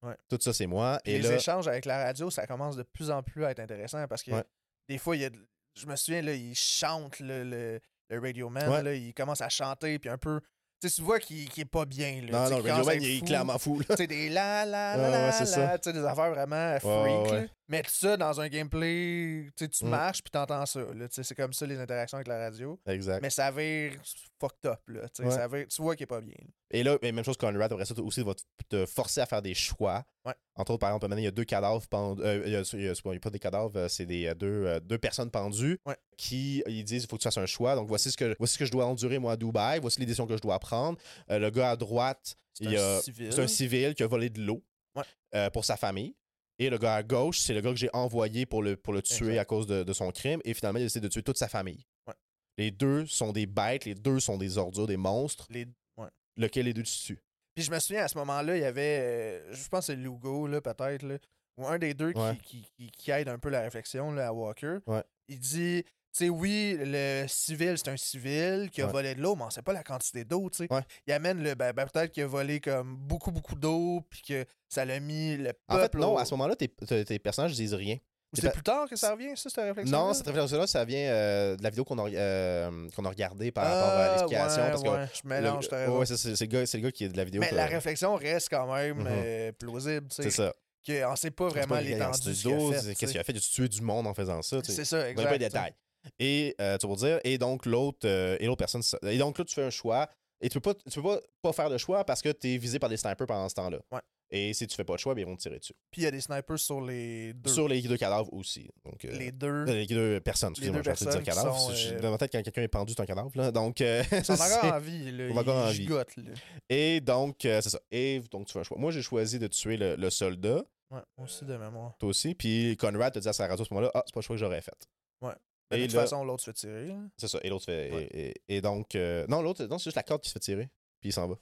[SPEAKER 3] Ouais.
[SPEAKER 2] Tout ça, c'est moi.
[SPEAKER 3] Puis
[SPEAKER 2] et
[SPEAKER 3] les
[SPEAKER 2] là,
[SPEAKER 3] échanges avec la radio, ça commence de plus en plus à être intéressant parce que
[SPEAKER 2] Ouais.
[SPEAKER 3] des fois, il y a, de- je me souviens, là, il chante le, le, le Radio Man,
[SPEAKER 2] Ouais.
[SPEAKER 3] là, il commence à chanter, puis un peu. Tu sais, tu vois qu'il qu'il est pas bien. Là,
[SPEAKER 2] non,
[SPEAKER 3] tu sais,
[SPEAKER 2] non,
[SPEAKER 3] qu'il
[SPEAKER 2] le Radio
[SPEAKER 3] commence à
[SPEAKER 2] Man,
[SPEAKER 3] être
[SPEAKER 2] il est
[SPEAKER 3] fou.
[SPEAKER 2] clairement fou. là.
[SPEAKER 3] Tu sais, des la la la
[SPEAKER 2] Ouais, ouais,
[SPEAKER 3] la,
[SPEAKER 2] c'est
[SPEAKER 3] la,
[SPEAKER 2] ça.
[SPEAKER 3] tu sais, des affaires vraiment freak.
[SPEAKER 2] ouais,
[SPEAKER 3] là.
[SPEAKER 2] ouais.
[SPEAKER 3] Mais tout ça dans un gameplay, tu sais, tu
[SPEAKER 2] Mm.
[SPEAKER 3] marches puis t'entends ça. là, tu sais, C'est comme ça les interactions avec la radio.
[SPEAKER 2] Exact.
[SPEAKER 3] Mais ça vire fucked up. Là, tu sais,
[SPEAKER 2] Ouais.
[SPEAKER 3] ça vire- tu vois qu'il est pas bien.
[SPEAKER 2] Et là, et même chose Conrad, après ça, t- aussi, va te- te forcer à faire des choix.
[SPEAKER 3] Ouais.
[SPEAKER 2] Entre autres, par exemple, à un moment donné, il y a deux cadavres pendus. euh, il y a- il y a- c'est pas- il y a pas des cadavres, euh, c'est des, euh, deux, euh, deux personnes pendues
[SPEAKER 3] Ouais.
[SPEAKER 2] qui euh, ils disent il faut que tu fasses un choix. Donc, voici ce que, voici ce que je dois endurer, moi, à Dubaï. Voici les décisions que je dois prendre. Euh, le gars à droite,
[SPEAKER 3] C'est
[SPEAKER 2] il y
[SPEAKER 3] un
[SPEAKER 2] a-
[SPEAKER 3] civil.
[SPEAKER 2] c'est un civil qui a volé de l'eau
[SPEAKER 3] Ouais.
[SPEAKER 2] euh, pour sa famille. Et le gars à gauche, c'est le gars que j'ai envoyé pour le, pour le tuer
[SPEAKER 3] Exact.
[SPEAKER 2] à cause de, de son crime. Et finalement, il a décidé de tuer toute sa famille.
[SPEAKER 3] Ouais.
[SPEAKER 2] Les deux sont des bêtes, les deux sont des ordures, des monstres.
[SPEAKER 3] Les... ouais.
[SPEAKER 2] Lequel des deux tu tues?
[SPEAKER 3] Puis je me souviens, à ce moment-là, il y avait, euh, je pense que c'est Lugo, là, peut-être, là, ou un des deux
[SPEAKER 2] Ouais.
[SPEAKER 3] qui, qui, qui, qui aide un peu la réflexion là, à Walker.
[SPEAKER 2] Ouais.
[SPEAKER 3] Il dit, tu sais, oui, le civil, c'est un civil qui a
[SPEAKER 2] Ouais.
[SPEAKER 3] volé de l'eau, mais on sait pas la quantité d'eau, tu sais.
[SPEAKER 2] Ouais.
[SPEAKER 3] Il amène le, ben, ben, peut-être qu'il a volé comme beaucoup, beaucoup d'eau, puis que ça l'a mis le
[SPEAKER 2] En fait,
[SPEAKER 3] peuple
[SPEAKER 2] non,
[SPEAKER 3] au-
[SPEAKER 2] à ce moment-là, tes, tes- tes personnages disent rien.
[SPEAKER 3] Ou c'est plus tard que ça revient, ça, cette réflexion
[SPEAKER 2] Non, cette réflexion-là, ça vient euh, de la vidéo qu'on a, euh, qu'on a regardée par
[SPEAKER 3] Ah,
[SPEAKER 2] rapport à l'explication. parce que
[SPEAKER 3] je mélange,
[SPEAKER 2] le-
[SPEAKER 3] t'as raison.
[SPEAKER 2] ouais, ça, c'est c'est le, gars- c'est le gars qui est de la vidéo.
[SPEAKER 3] mais
[SPEAKER 2] que-
[SPEAKER 3] la réflexion reste quand même
[SPEAKER 2] euh, Mhm.
[SPEAKER 3] euh, plausible, tu
[SPEAKER 2] C'est
[SPEAKER 3] sais.
[SPEAKER 2] ça.
[SPEAKER 3] que On sait pas
[SPEAKER 2] C'est
[SPEAKER 3] vraiment
[SPEAKER 2] pas une
[SPEAKER 3] l'étendue de
[SPEAKER 2] identité
[SPEAKER 3] ce qu'il a
[SPEAKER 2] d'eau,
[SPEAKER 3] fait,
[SPEAKER 2] c'est
[SPEAKER 3] tu
[SPEAKER 2] Qu'est-ce
[SPEAKER 3] sais.
[SPEAKER 2] qu'il a fait? J'ai tué du monde en faisant ça. tu sais.
[SPEAKER 3] C'est ça,
[SPEAKER 2] On
[SPEAKER 3] exact.
[SPEAKER 2] n'a pas de
[SPEAKER 3] tu sais.
[SPEAKER 2] détails. Et euh, tu vas dire, et donc l'autre euh, et l'autre personne. se- Et donc là, tu fais un choix. Et tu peux pas, tu peux pas, pas faire de choix parce que tu es visé par des snipers pendant ce temps-là.
[SPEAKER 3] Ouais.
[SPEAKER 2] Et si tu fais pas de choix, ben, ils vont te tirer dessus.
[SPEAKER 3] Puis il y a des snipers sur les deux.
[SPEAKER 2] Sur les deux cadavres aussi. Donc, euh,
[SPEAKER 3] les deux.
[SPEAKER 2] les deux personnes,
[SPEAKER 3] Hein? Les deux
[SPEAKER 2] excusez-moi, je vais arrêter de
[SPEAKER 3] personnes
[SPEAKER 2] dire
[SPEAKER 3] qui
[SPEAKER 2] cadavre.
[SPEAKER 3] sont,
[SPEAKER 2] Je-
[SPEAKER 3] euh,
[SPEAKER 2] Dans ma tête, quand quelqu'un est pendu, c'est un cadavre. Là. Donc, euh,
[SPEAKER 3] Ils sont
[SPEAKER 2] c'est-
[SPEAKER 3] encore en vie, là.
[SPEAKER 2] Ils sont encore en
[SPEAKER 3] Ils
[SPEAKER 2] vie.
[SPEAKER 3] gigotent, là.
[SPEAKER 2] Et donc, euh, c'est ça. Et donc, tu fais un choix. Moi, j'ai choisi de tuer le, le soldat,
[SPEAKER 3] Ouais, moi aussi de mémoire.
[SPEAKER 2] toi aussi. Puis Conrad te dit à sa radio à ce moment-là Ah, c'est pas le choix que j'aurais fait.
[SPEAKER 3] Mais
[SPEAKER 2] Et
[SPEAKER 3] Ben, de toute
[SPEAKER 2] là-
[SPEAKER 3] façon, l'autre se fait tirer. là.
[SPEAKER 2] C'est ça. Et l'autre fait. et-
[SPEAKER 3] Ouais.
[SPEAKER 2] Et, et donc, euh, non, l'autre, non, c'est juste la corde qui se fait tirer. Puis il s'en va.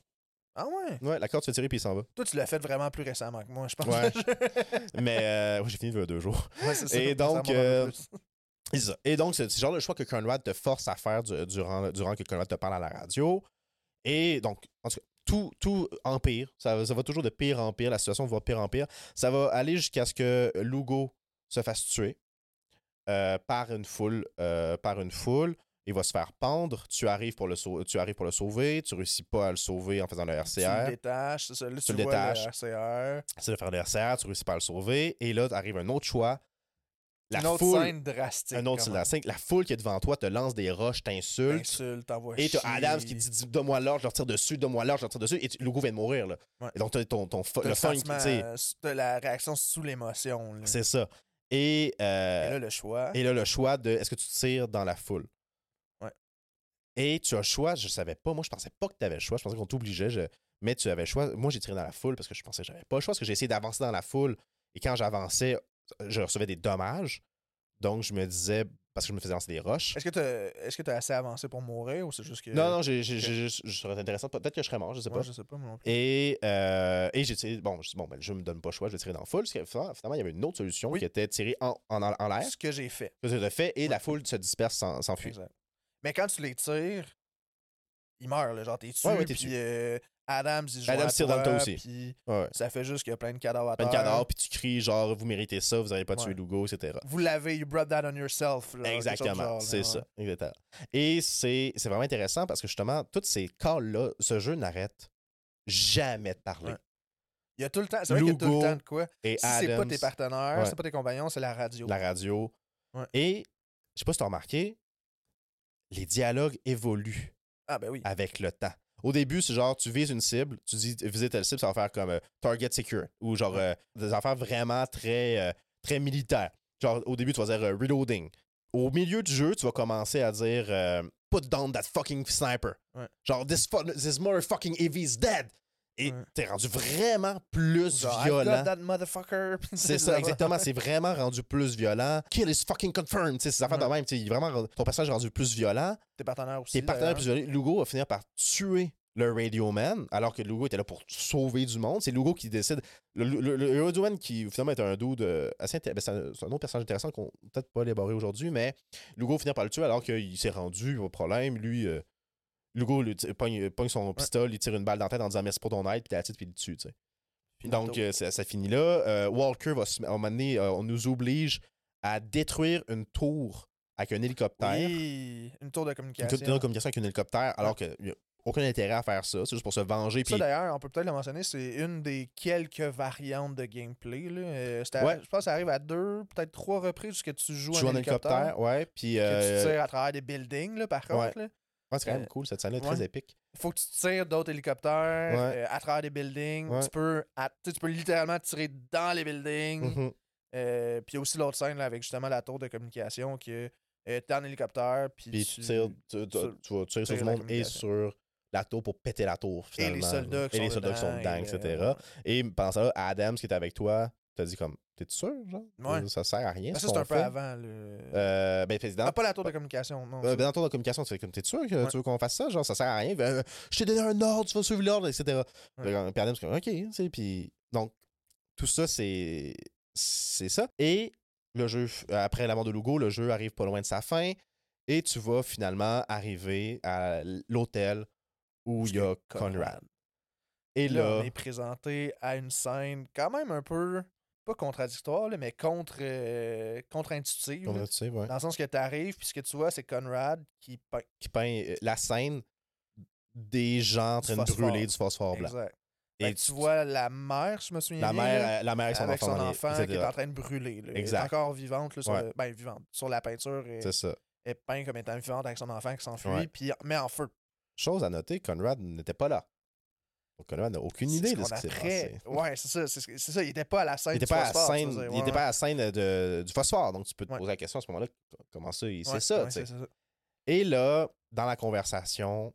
[SPEAKER 3] Ah ouais?
[SPEAKER 2] Ouais, la corde se fait tirer, puis il s'en va.
[SPEAKER 3] Toi, tu l'as fait vraiment plus récemment que moi, je pense.
[SPEAKER 2] Ouais.
[SPEAKER 3] Ouais,
[SPEAKER 2] Mais euh, ouais, j'ai fini il y a deux jours.
[SPEAKER 3] c'est
[SPEAKER 2] Et
[SPEAKER 3] ça
[SPEAKER 2] donc,
[SPEAKER 3] m'en a
[SPEAKER 2] euh,
[SPEAKER 3] plus.
[SPEAKER 2] Et c'est ça. Et donc, c'est c'est genre le choix que Conrad te force à faire du- durant, durant que Conrad te parle à la radio. Et donc, en tout cas, tout, tout empire. Ça, va- ça va toujours de pire en pire. La situation va pire en pire. Ça va aller jusqu'à ce que Lugo se fasse tuer euh, par une foule. euh, par une foule. Il va se faire pendre. Tu arrives pour le, sau- tu arrives pour le sauver. Tu réussis pas à le sauver en faisant le
[SPEAKER 3] Tu le
[SPEAKER 2] RCR.
[SPEAKER 3] détaches, c'est ça. Là, tu,
[SPEAKER 2] le
[SPEAKER 3] vois le
[SPEAKER 2] détaches.
[SPEAKER 3] RCR.
[SPEAKER 2] C'est de faire le RCR. Tu réussis pas à le sauver. Et là, arrive un autre choix. La
[SPEAKER 3] Une autre
[SPEAKER 2] foule.
[SPEAKER 3] scène drastique.
[SPEAKER 2] Un autre
[SPEAKER 3] comment.
[SPEAKER 2] la La foule qui est devant toi te lance des roches, t'insulte.
[SPEAKER 3] Insulte, t'envoies
[SPEAKER 2] Et t'as
[SPEAKER 3] chier.
[SPEAKER 2] Adams qui dit Donne-moi l'or, je leur tire dessus, donne-moi l'or, je leur tire dessus. Et tu- Lugo vient de mourir. Là.
[SPEAKER 3] Ouais.
[SPEAKER 2] Et donc, t'as ton, ton fo-
[SPEAKER 3] T'as
[SPEAKER 2] le fun qui.
[SPEAKER 3] sentiment,
[SPEAKER 2] tu sais,
[SPEAKER 3] euh, s- t'as la réaction sous l'émotion. là.
[SPEAKER 2] C'est ça. Et, euh,
[SPEAKER 3] Et là, le choix.
[SPEAKER 2] le choix de est-ce que tu tires dans la foule
[SPEAKER 3] Ouais.
[SPEAKER 2] Et tu as le choix, je savais pas. Moi, je pensais pas que tu avais le choix. Je pensais qu'on t'obligeait. je- Mais tu avais le choix. Moi, j'ai tiré dans la foule parce que je pensais que j'avais pas le choix. Parce que j'ai essayé d'avancer dans la foule. Et quand j'avançais, je recevais des dommages. Donc, je me disais Parce que je me faisais lancer des roches.
[SPEAKER 3] Est-ce que t'as est-ce que t'as assez avancé pour mourir ou c'est juste que.
[SPEAKER 2] Non, non, j'ai- j'ai- j'ai juste- je serais intéressant. Peut-être que je serais mort, je sais
[SPEAKER 3] Ouais,
[SPEAKER 2] pas.
[SPEAKER 3] je sais pas, moi non plus.
[SPEAKER 2] Et, euh, et j'ai tiré. Bon, je dis, bon, ben, je me donne pas le choix, je vais tirer dans la foule. Parce que fin- finalement, il y avait une autre solution
[SPEAKER 3] Oui.
[SPEAKER 2] qui était tirer en, en, en l'air.
[SPEAKER 3] Ce que j'ai fait.
[SPEAKER 2] que tu as fait, et
[SPEAKER 3] Ouais.
[SPEAKER 2] la foule se disperse, s'en- s'enfuit.
[SPEAKER 3] Exact. Mais quand tu les tires, ils meurent. Là, genre, t'es tué.
[SPEAKER 2] Ouais, ouais, t'es
[SPEAKER 3] puis
[SPEAKER 2] tué.
[SPEAKER 3] euh, Adams, il joue
[SPEAKER 2] Adams
[SPEAKER 3] à
[SPEAKER 2] tire dans le
[SPEAKER 3] toi,
[SPEAKER 2] tas aussi.
[SPEAKER 3] Puis
[SPEAKER 2] Ouais.
[SPEAKER 3] ça fait juste qu'il y a plein de cadavres à
[SPEAKER 2] Plein
[SPEAKER 3] terre.
[SPEAKER 2] de cadavres, puis tu cries genre, vous méritez ça, vous avez pas tué
[SPEAKER 3] Euh. Ouais.
[SPEAKER 2] Lugo, etc.
[SPEAKER 3] Vous l'avez, you brought that on yourself. là, quelque chose du
[SPEAKER 2] Exactement,
[SPEAKER 3] genre,
[SPEAKER 2] c'est
[SPEAKER 3] là,
[SPEAKER 2] ça.
[SPEAKER 3] ouais.
[SPEAKER 2] Exactement. Et c'est c'est vraiment intéressant parce que justement, toutes ces calls-là, ce jeu n'arrête jamais de parler.
[SPEAKER 3] Ouais. Il y a tout le temps. C'est vrai qu'il y a tout
[SPEAKER 2] Lugo,
[SPEAKER 3] le temps de quoi.
[SPEAKER 2] Et
[SPEAKER 3] Si c'est pas
[SPEAKER 2] Adams-
[SPEAKER 3] tes partenaires,
[SPEAKER 2] Ouais.
[SPEAKER 3] c'est pas tes compagnons, c'est la radio.
[SPEAKER 2] la radio.
[SPEAKER 3] Ouais.
[SPEAKER 2] Et je sais pas si tu as remarqué, les dialogues évoluent
[SPEAKER 3] Ah, ben oui.
[SPEAKER 2] avec le temps. Au début, c'est genre, tu vises une cible, tu dis viser telle cible, ça va faire comme euh, target secure ou genre euh, des affaires vraiment très, euh, très militaires. Genre, au début, tu vas dire euh, reloading. Au milieu du jeu, tu vas commencer à dire euh, put down that fucking sniper.
[SPEAKER 3] Ouais.
[SPEAKER 2] Genre, this, fu- this motherfucking EV is dead. Et
[SPEAKER 3] Ouais.
[SPEAKER 2] t'es rendu vraiment plus
[SPEAKER 3] Genre, I've got
[SPEAKER 2] violent.
[SPEAKER 3] that motherfucker.
[SPEAKER 2] C'est ça, exactement. C'est vraiment rendu plus violent. Kill is fucking confirmed. tu sais, Ces affaires de
[SPEAKER 3] Ouais.
[SPEAKER 2] même. tu sais, il est vraiment rendu- ton personnage est rendu plus violent.
[SPEAKER 3] Tes partenaires aussi.
[SPEAKER 2] Tes partenaires
[SPEAKER 3] d'ailleurs.
[SPEAKER 2] plus violents. Lugo va finir par tuer le Radio Man, alors que Lugo était là pour sauver du monde. C'est Lugo qui décide. Le, le- le- le Radio Man, qui finalement est un dude euh, assez inté- ben, C'est un, c'est un autre personnage intéressant qu'on va peut-être pas élaborer aujourd'hui, mais Lugo finit par le tuer alors qu'il s'est rendu, au problème. Lui. euh, Lugo lui, t- pogne, pogne son pistolet, il tire une balle dans la tête en disant merci pour ton aide, puis la titre, puis il le tue. tu sais.
[SPEAKER 3] Finito.
[SPEAKER 2] Donc, euh, ça, ça finit là. Euh, Walker va se, à un moment donné, euh, on nous oblige à détruire une tour avec un hélicoptère.
[SPEAKER 3] Oui, une tour de
[SPEAKER 2] Une
[SPEAKER 3] communication.
[SPEAKER 2] tour- tour de communication avec un hélicoptère, alors qu'il n'y a aucun intérêt à faire ça. C'est juste pour se venger.
[SPEAKER 3] Ça
[SPEAKER 2] puis-
[SPEAKER 3] d'ailleurs, on peut peut-être le mentionner, c'est une des quelques variantes de gameplay. là. Euh, c'est à-
[SPEAKER 2] Ouais.
[SPEAKER 3] Je pense que ça arrive à deux, peut-être trois reprises jusqu'à que tu joues,
[SPEAKER 2] tu joues
[SPEAKER 3] en hélicoptère.
[SPEAKER 2] ouais. Puis,
[SPEAKER 3] Que tu
[SPEAKER 2] euh,
[SPEAKER 3] tires à travers des buildings, là, par contre. là.
[SPEAKER 2] ouais, c'est quand même
[SPEAKER 3] euh,
[SPEAKER 2] cool, cette scène-là, est
[SPEAKER 3] ouais.
[SPEAKER 2] très épique.
[SPEAKER 3] Faut que tu tires d'autres hélicoptères
[SPEAKER 2] Ouais.
[SPEAKER 3] euh, à travers des buildings.
[SPEAKER 2] Ouais.
[SPEAKER 3] Tu, peux, à- tu sais, tu peux littéralement tirer dans les buildings.
[SPEAKER 2] Mhm.
[SPEAKER 3] Euh, puis il y a aussi l'autre scène là, avec justement la tour de communication que euh, t'es en hélicoptère, puis,
[SPEAKER 2] Puis tu tires, tu, tu-
[SPEAKER 3] sur-
[SPEAKER 2] tu vas tirer sur
[SPEAKER 3] sur la
[SPEAKER 2] tout le monde et
[SPEAKER 3] communication.
[SPEAKER 2] sur la tour pour péter la tour,
[SPEAKER 3] Et
[SPEAKER 2] finalement.
[SPEAKER 3] les soldats qui
[SPEAKER 2] Et
[SPEAKER 3] sont euh,
[SPEAKER 2] les soldats qui sont
[SPEAKER 3] dedans,
[SPEAKER 2] dedans,
[SPEAKER 3] et le-
[SPEAKER 2] etc. Et pendant ça, Adams qui est avec toi, t'as dit comme, T'es sûr, genre?
[SPEAKER 3] Ouais.
[SPEAKER 2] Ça sert à rien.
[SPEAKER 3] Ben,
[SPEAKER 2] ce
[SPEAKER 3] ça, c'est
[SPEAKER 2] qu'on
[SPEAKER 3] un peu
[SPEAKER 2] fait.
[SPEAKER 3] avant. Le...
[SPEAKER 2] Euh, ben, fait, dans-
[SPEAKER 3] Ah, pas la tour de communication, non.
[SPEAKER 2] euh, ben, dans ton communication, tu fais comme, t'es sûr que
[SPEAKER 3] Ouais.
[SPEAKER 2] tu veux qu'on fasse ça? Genre, ça sert à rien. Ben, euh, je t'ai donné un ordre, tu vas suivre l'ordre, etc.
[SPEAKER 3] Ouais.
[SPEAKER 2] Puis Adam, c'est comme, OK, tu sais, puis... Donc, tout ça, c'est... C'est ça. Et le jeu, f- euh, après la mort de Lugo, le jeu arrive pas loin de sa fin et tu vas finalement arriver à l'hôtel où il y a Conrad. Et
[SPEAKER 3] Là,
[SPEAKER 2] là...
[SPEAKER 3] on est présenté à une scène quand même un peu, pas contradictoire, là, mais contre, euh, contre-intuitive.
[SPEAKER 2] Conrad,
[SPEAKER 3] là.
[SPEAKER 2] tu sais, ouais.
[SPEAKER 3] dans le sens que tu arrives, puis ce que tu vois, c'est Conrad qui peint.
[SPEAKER 2] qui peint euh, la scène des gens en
[SPEAKER 3] Du
[SPEAKER 2] train de
[SPEAKER 3] phosphore.
[SPEAKER 2] brûler du phosphore blanc.
[SPEAKER 3] Exact.
[SPEAKER 2] Et
[SPEAKER 3] Et tu vois la mère, je me souviens
[SPEAKER 2] la
[SPEAKER 3] bien, là,
[SPEAKER 2] mère, euh, la mère et son
[SPEAKER 3] avec
[SPEAKER 2] enfant,
[SPEAKER 3] son
[SPEAKER 2] dans les-
[SPEAKER 3] enfant qui est
[SPEAKER 2] etc.
[SPEAKER 3] en train de brûler. là. Elle est
[SPEAKER 2] Exact.
[SPEAKER 3] encore vivante, là, sur
[SPEAKER 2] Ouais.
[SPEAKER 3] le- ben, vivante. Sur la peinture, elle,
[SPEAKER 2] C'est ça.
[SPEAKER 3] elle est peinte comme étant vivante avec son enfant qui
[SPEAKER 2] Ouais.
[SPEAKER 3] s'enfuit, puis met en feu.
[SPEAKER 2] Chose à noter, Conrad n'était pas là. Donc, Conrad n'a aucune
[SPEAKER 3] C'est
[SPEAKER 2] idée de
[SPEAKER 3] qu'on
[SPEAKER 2] ce qui s'est
[SPEAKER 3] apprend.
[SPEAKER 2] passé.
[SPEAKER 3] Ouais, c'est ça, c'est ce que- c'est ça. Il était pas à la scène.
[SPEAKER 2] Il n'était
[SPEAKER 3] du
[SPEAKER 2] pas, à
[SPEAKER 3] phosphore, tu
[SPEAKER 2] scène-
[SPEAKER 3] veux dire,
[SPEAKER 2] il
[SPEAKER 3] ouais,
[SPEAKER 2] était pas à la scène euh, de- du phosphore, donc tu peux te
[SPEAKER 3] Ouais.
[SPEAKER 2] poser la question à ce moment-là, comment ça, il
[SPEAKER 3] ouais,
[SPEAKER 2] sait ça,
[SPEAKER 3] ouais,
[SPEAKER 2] tu sais.
[SPEAKER 3] c'est ça.
[SPEAKER 2] Et là, dans la conversation,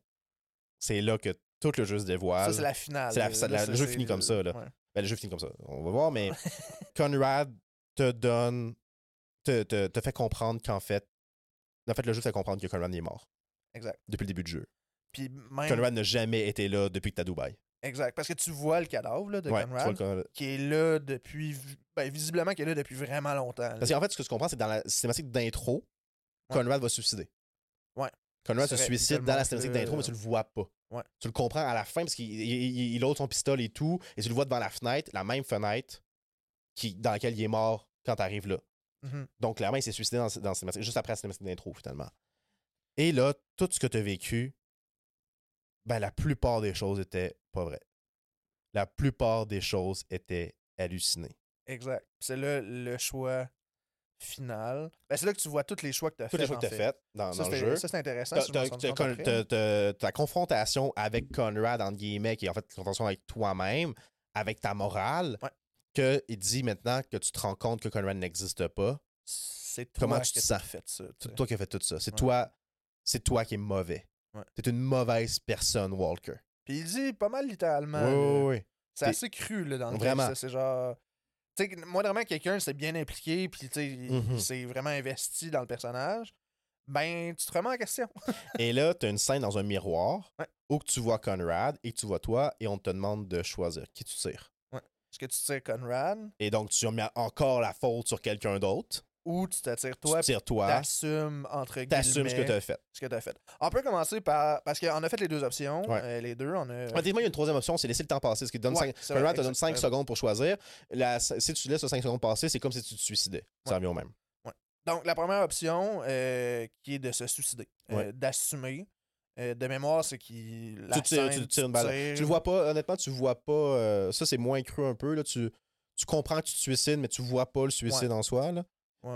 [SPEAKER 2] c'est là que tout le jeu se dévoile.
[SPEAKER 3] Ça, c'est la finale.
[SPEAKER 2] C'est la-
[SPEAKER 3] là.
[SPEAKER 2] ça-
[SPEAKER 3] Là,
[SPEAKER 2] la-
[SPEAKER 3] c'est-
[SPEAKER 2] le jeu
[SPEAKER 3] c'est-
[SPEAKER 2] finit comme ça, là.
[SPEAKER 3] ouais.
[SPEAKER 2] Ben, le jeu finit comme ça, on va voir, mais Conrad te donne, te, te- te fait comprendre qu'en fait, en fait, le jeu te fait comprendre que Conrad est mort.
[SPEAKER 3] Exact.
[SPEAKER 2] Depuis le début du jeu.
[SPEAKER 3] Puis même.
[SPEAKER 2] Conrad n'a jamais été là depuis que t'as Dubaï.
[SPEAKER 3] Exact. Parce que tu vois le cadavre là, de
[SPEAKER 2] Ouais, tu vois
[SPEAKER 3] Conrad,
[SPEAKER 2] le Conrad.
[SPEAKER 3] qui est là depuis. vi- Ben, visiblement, qui est là depuis vraiment longtemps. là.
[SPEAKER 2] Parce qu'en fait, ce que je comprends, c'est que dans la cinématique d'intro,
[SPEAKER 3] Ouais.
[SPEAKER 2] Conrad va se suicider.
[SPEAKER 3] Ouais.
[SPEAKER 2] Conrad
[SPEAKER 3] C'est
[SPEAKER 2] se
[SPEAKER 3] vrai,
[SPEAKER 2] suicide
[SPEAKER 3] tellement
[SPEAKER 2] dans la cinématique
[SPEAKER 3] que-
[SPEAKER 2] d'intro, mais tu le vois pas.
[SPEAKER 3] Ouais.
[SPEAKER 2] Tu le comprends à la fin parce qu'il il- il- il ôte son pistolet et tout, et tu le vois devant la fenêtre, la même fenêtre qui, dans laquelle il est mort quand t'arrives là.
[SPEAKER 3] Mhm.
[SPEAKER 2] Donc, clairement, il s'est suicidé dans, dans la cinématique- juste après la cinématique d'intro, finalement. Et là, tout ce que tu as vécu, ben, la plupart des choses étaient pas vraies. La plupart des choses étaient hallucinées.
[SPEAKER 3] Exact. Puis C'est là le choix final. Ben, c'est là que tu vois tous les choix que tu as
[SPEAKER 2] Toutes
[SPEAKER 3] fait.
[SPEAKER 2] les choses
[SPEAKER 3] en
[SPEAKER 2] que tu as
[SPEAKER 3] fait.
[SPEAKER 2] faites dans,
[SPEAKER 3] Ça,
[SPEAKER 2] dans le
[SPEAKER 3] c'était-
[SPEAKER 2] jeu.
[SPEAKER 3] ça, c'est intéressant.
[SPEAKER 2] T'as-
[SPEAKER 3] si je m'en suis
[SPEAKER 2] t'as-
[SPEAKER 3] rendu
[SPEAKER 2] t'as-
[SPEAKER 3] compte
[SPEAKER 2] t'as-
[SPEAKER 3] après.
[SPEAKER 2] t'as- t'as- Ta confrontation avec Conrad, entre guillemets, qui est en fait une confrontation avec toi-même, avec ta morale,
[SPEAKER 3] Ouais.
[SPEAKER 2] que il dit maintenant que tu te rends compte que Conrad n'existe pas.
[SPEAKER 3] C'est toi
[SPEAKER 2] Comment
[SPEAKER 3] que
[SPEAKER 2] tu te
[SPEAKER 3] t'as
[SPEAKER 2] sens?
[SPEAKER 3] fait ça. tu
[SPEAKER 2] C'est
[SPEAKER 3] sais.
[SPEAKER 2] toi qui as fait tout ça. C'est
[SPEAKER 3] Ouais.
[SPEAKER 2] toi, c'est toi qui es mauvais.
[SPEAKER 3] Ouais.
[SPEAKER 2] T'es une mauvaise personne, Walker.
[SPEAKER 3] Puis il dit pas mal littéralement.
[SPEAKER 2] Oui,
[SPEAKER 3] là.
[SPEAKER 2] oui, oui.
[SPEAKER 3] C'est
[SPEAKER 2] T'es-
[SPEAKER 3] assez cru là, dans le
[SPEAKER 2] Vraiment.
[SPEAKER 3] texte, C'est genre. Tu sais, moi, vraiment, quelqu'un s'est bien impliqué, puis tu sais, il-
[SPEAKER 2] Mhm.
[SPEAKER 3] il s'est vraiment investi dans le personnage. Ben, tu te remets en question.
[SPEAKER 2] Et là, tu as une scène dans un miroir
[SPEAKER 3] Ouais.
[SPEAKER 2] où que tu vois Conrad et que tu vois toi et on te demande de choisir qui tu tires.
[SPEAKER 3] Est-ce que tu tires Conrad
[SPEAKER 2] Et donc, tu mets encore la faute sur quelqu'un d'autre.
[SPEAKER 3] ou tu t'attires
[SPEAKER 2] Tu
[SPEAKER 3] toi, puis
[SPEAKER 2] tires toi,
[SPEAKER 3] t'assumes, entre guillemets,
[SPEAKER 2] t'assumes ce que tu as fait.
[SPEAKER 3] ce que t'as fait. On peut commencer par. Parce qu'on a fait les deux options.
[SPEAKER 2] Ouais.
[SPEAKER 3] euh, les deux, on a.
[SPEAKER 2] Honnêtement, il y a une troisième option, c'est laisser le temps passer. Ce qui te donne
[SPEAKER 3] Ouais,
[SPEAKER 2] cinq-
[SPEAKER 3] c'est vrai,
[SPEAKER 2] Conrad te donne 5
[SPEAKER 3] exactement.
[SPEAKER 2] secondes pour choisir. La- si tu laisses 5 secondes passer, c'est comme si tu te suicidais. Ça
[SPEAKER 3] Ouais.
[SPEAKER 2] revient au même.
[SPEAKER 3] Donc, la première option, euh, qui est de se suicider, euh,
[SPEAKER 2] Ouais.
[SPEAKER 3] d'assumer. Euh, de mémoire, c'est qui.
[SPEAKER 2] Tu tires- tu tires une balle. Tu le vois pas, honnêtement, tu vois pas. euh, ça, c'est moins cru un peu. Là, tu, tu comprends que tu te suicides, mais tu vois pas le suicide en soi. là.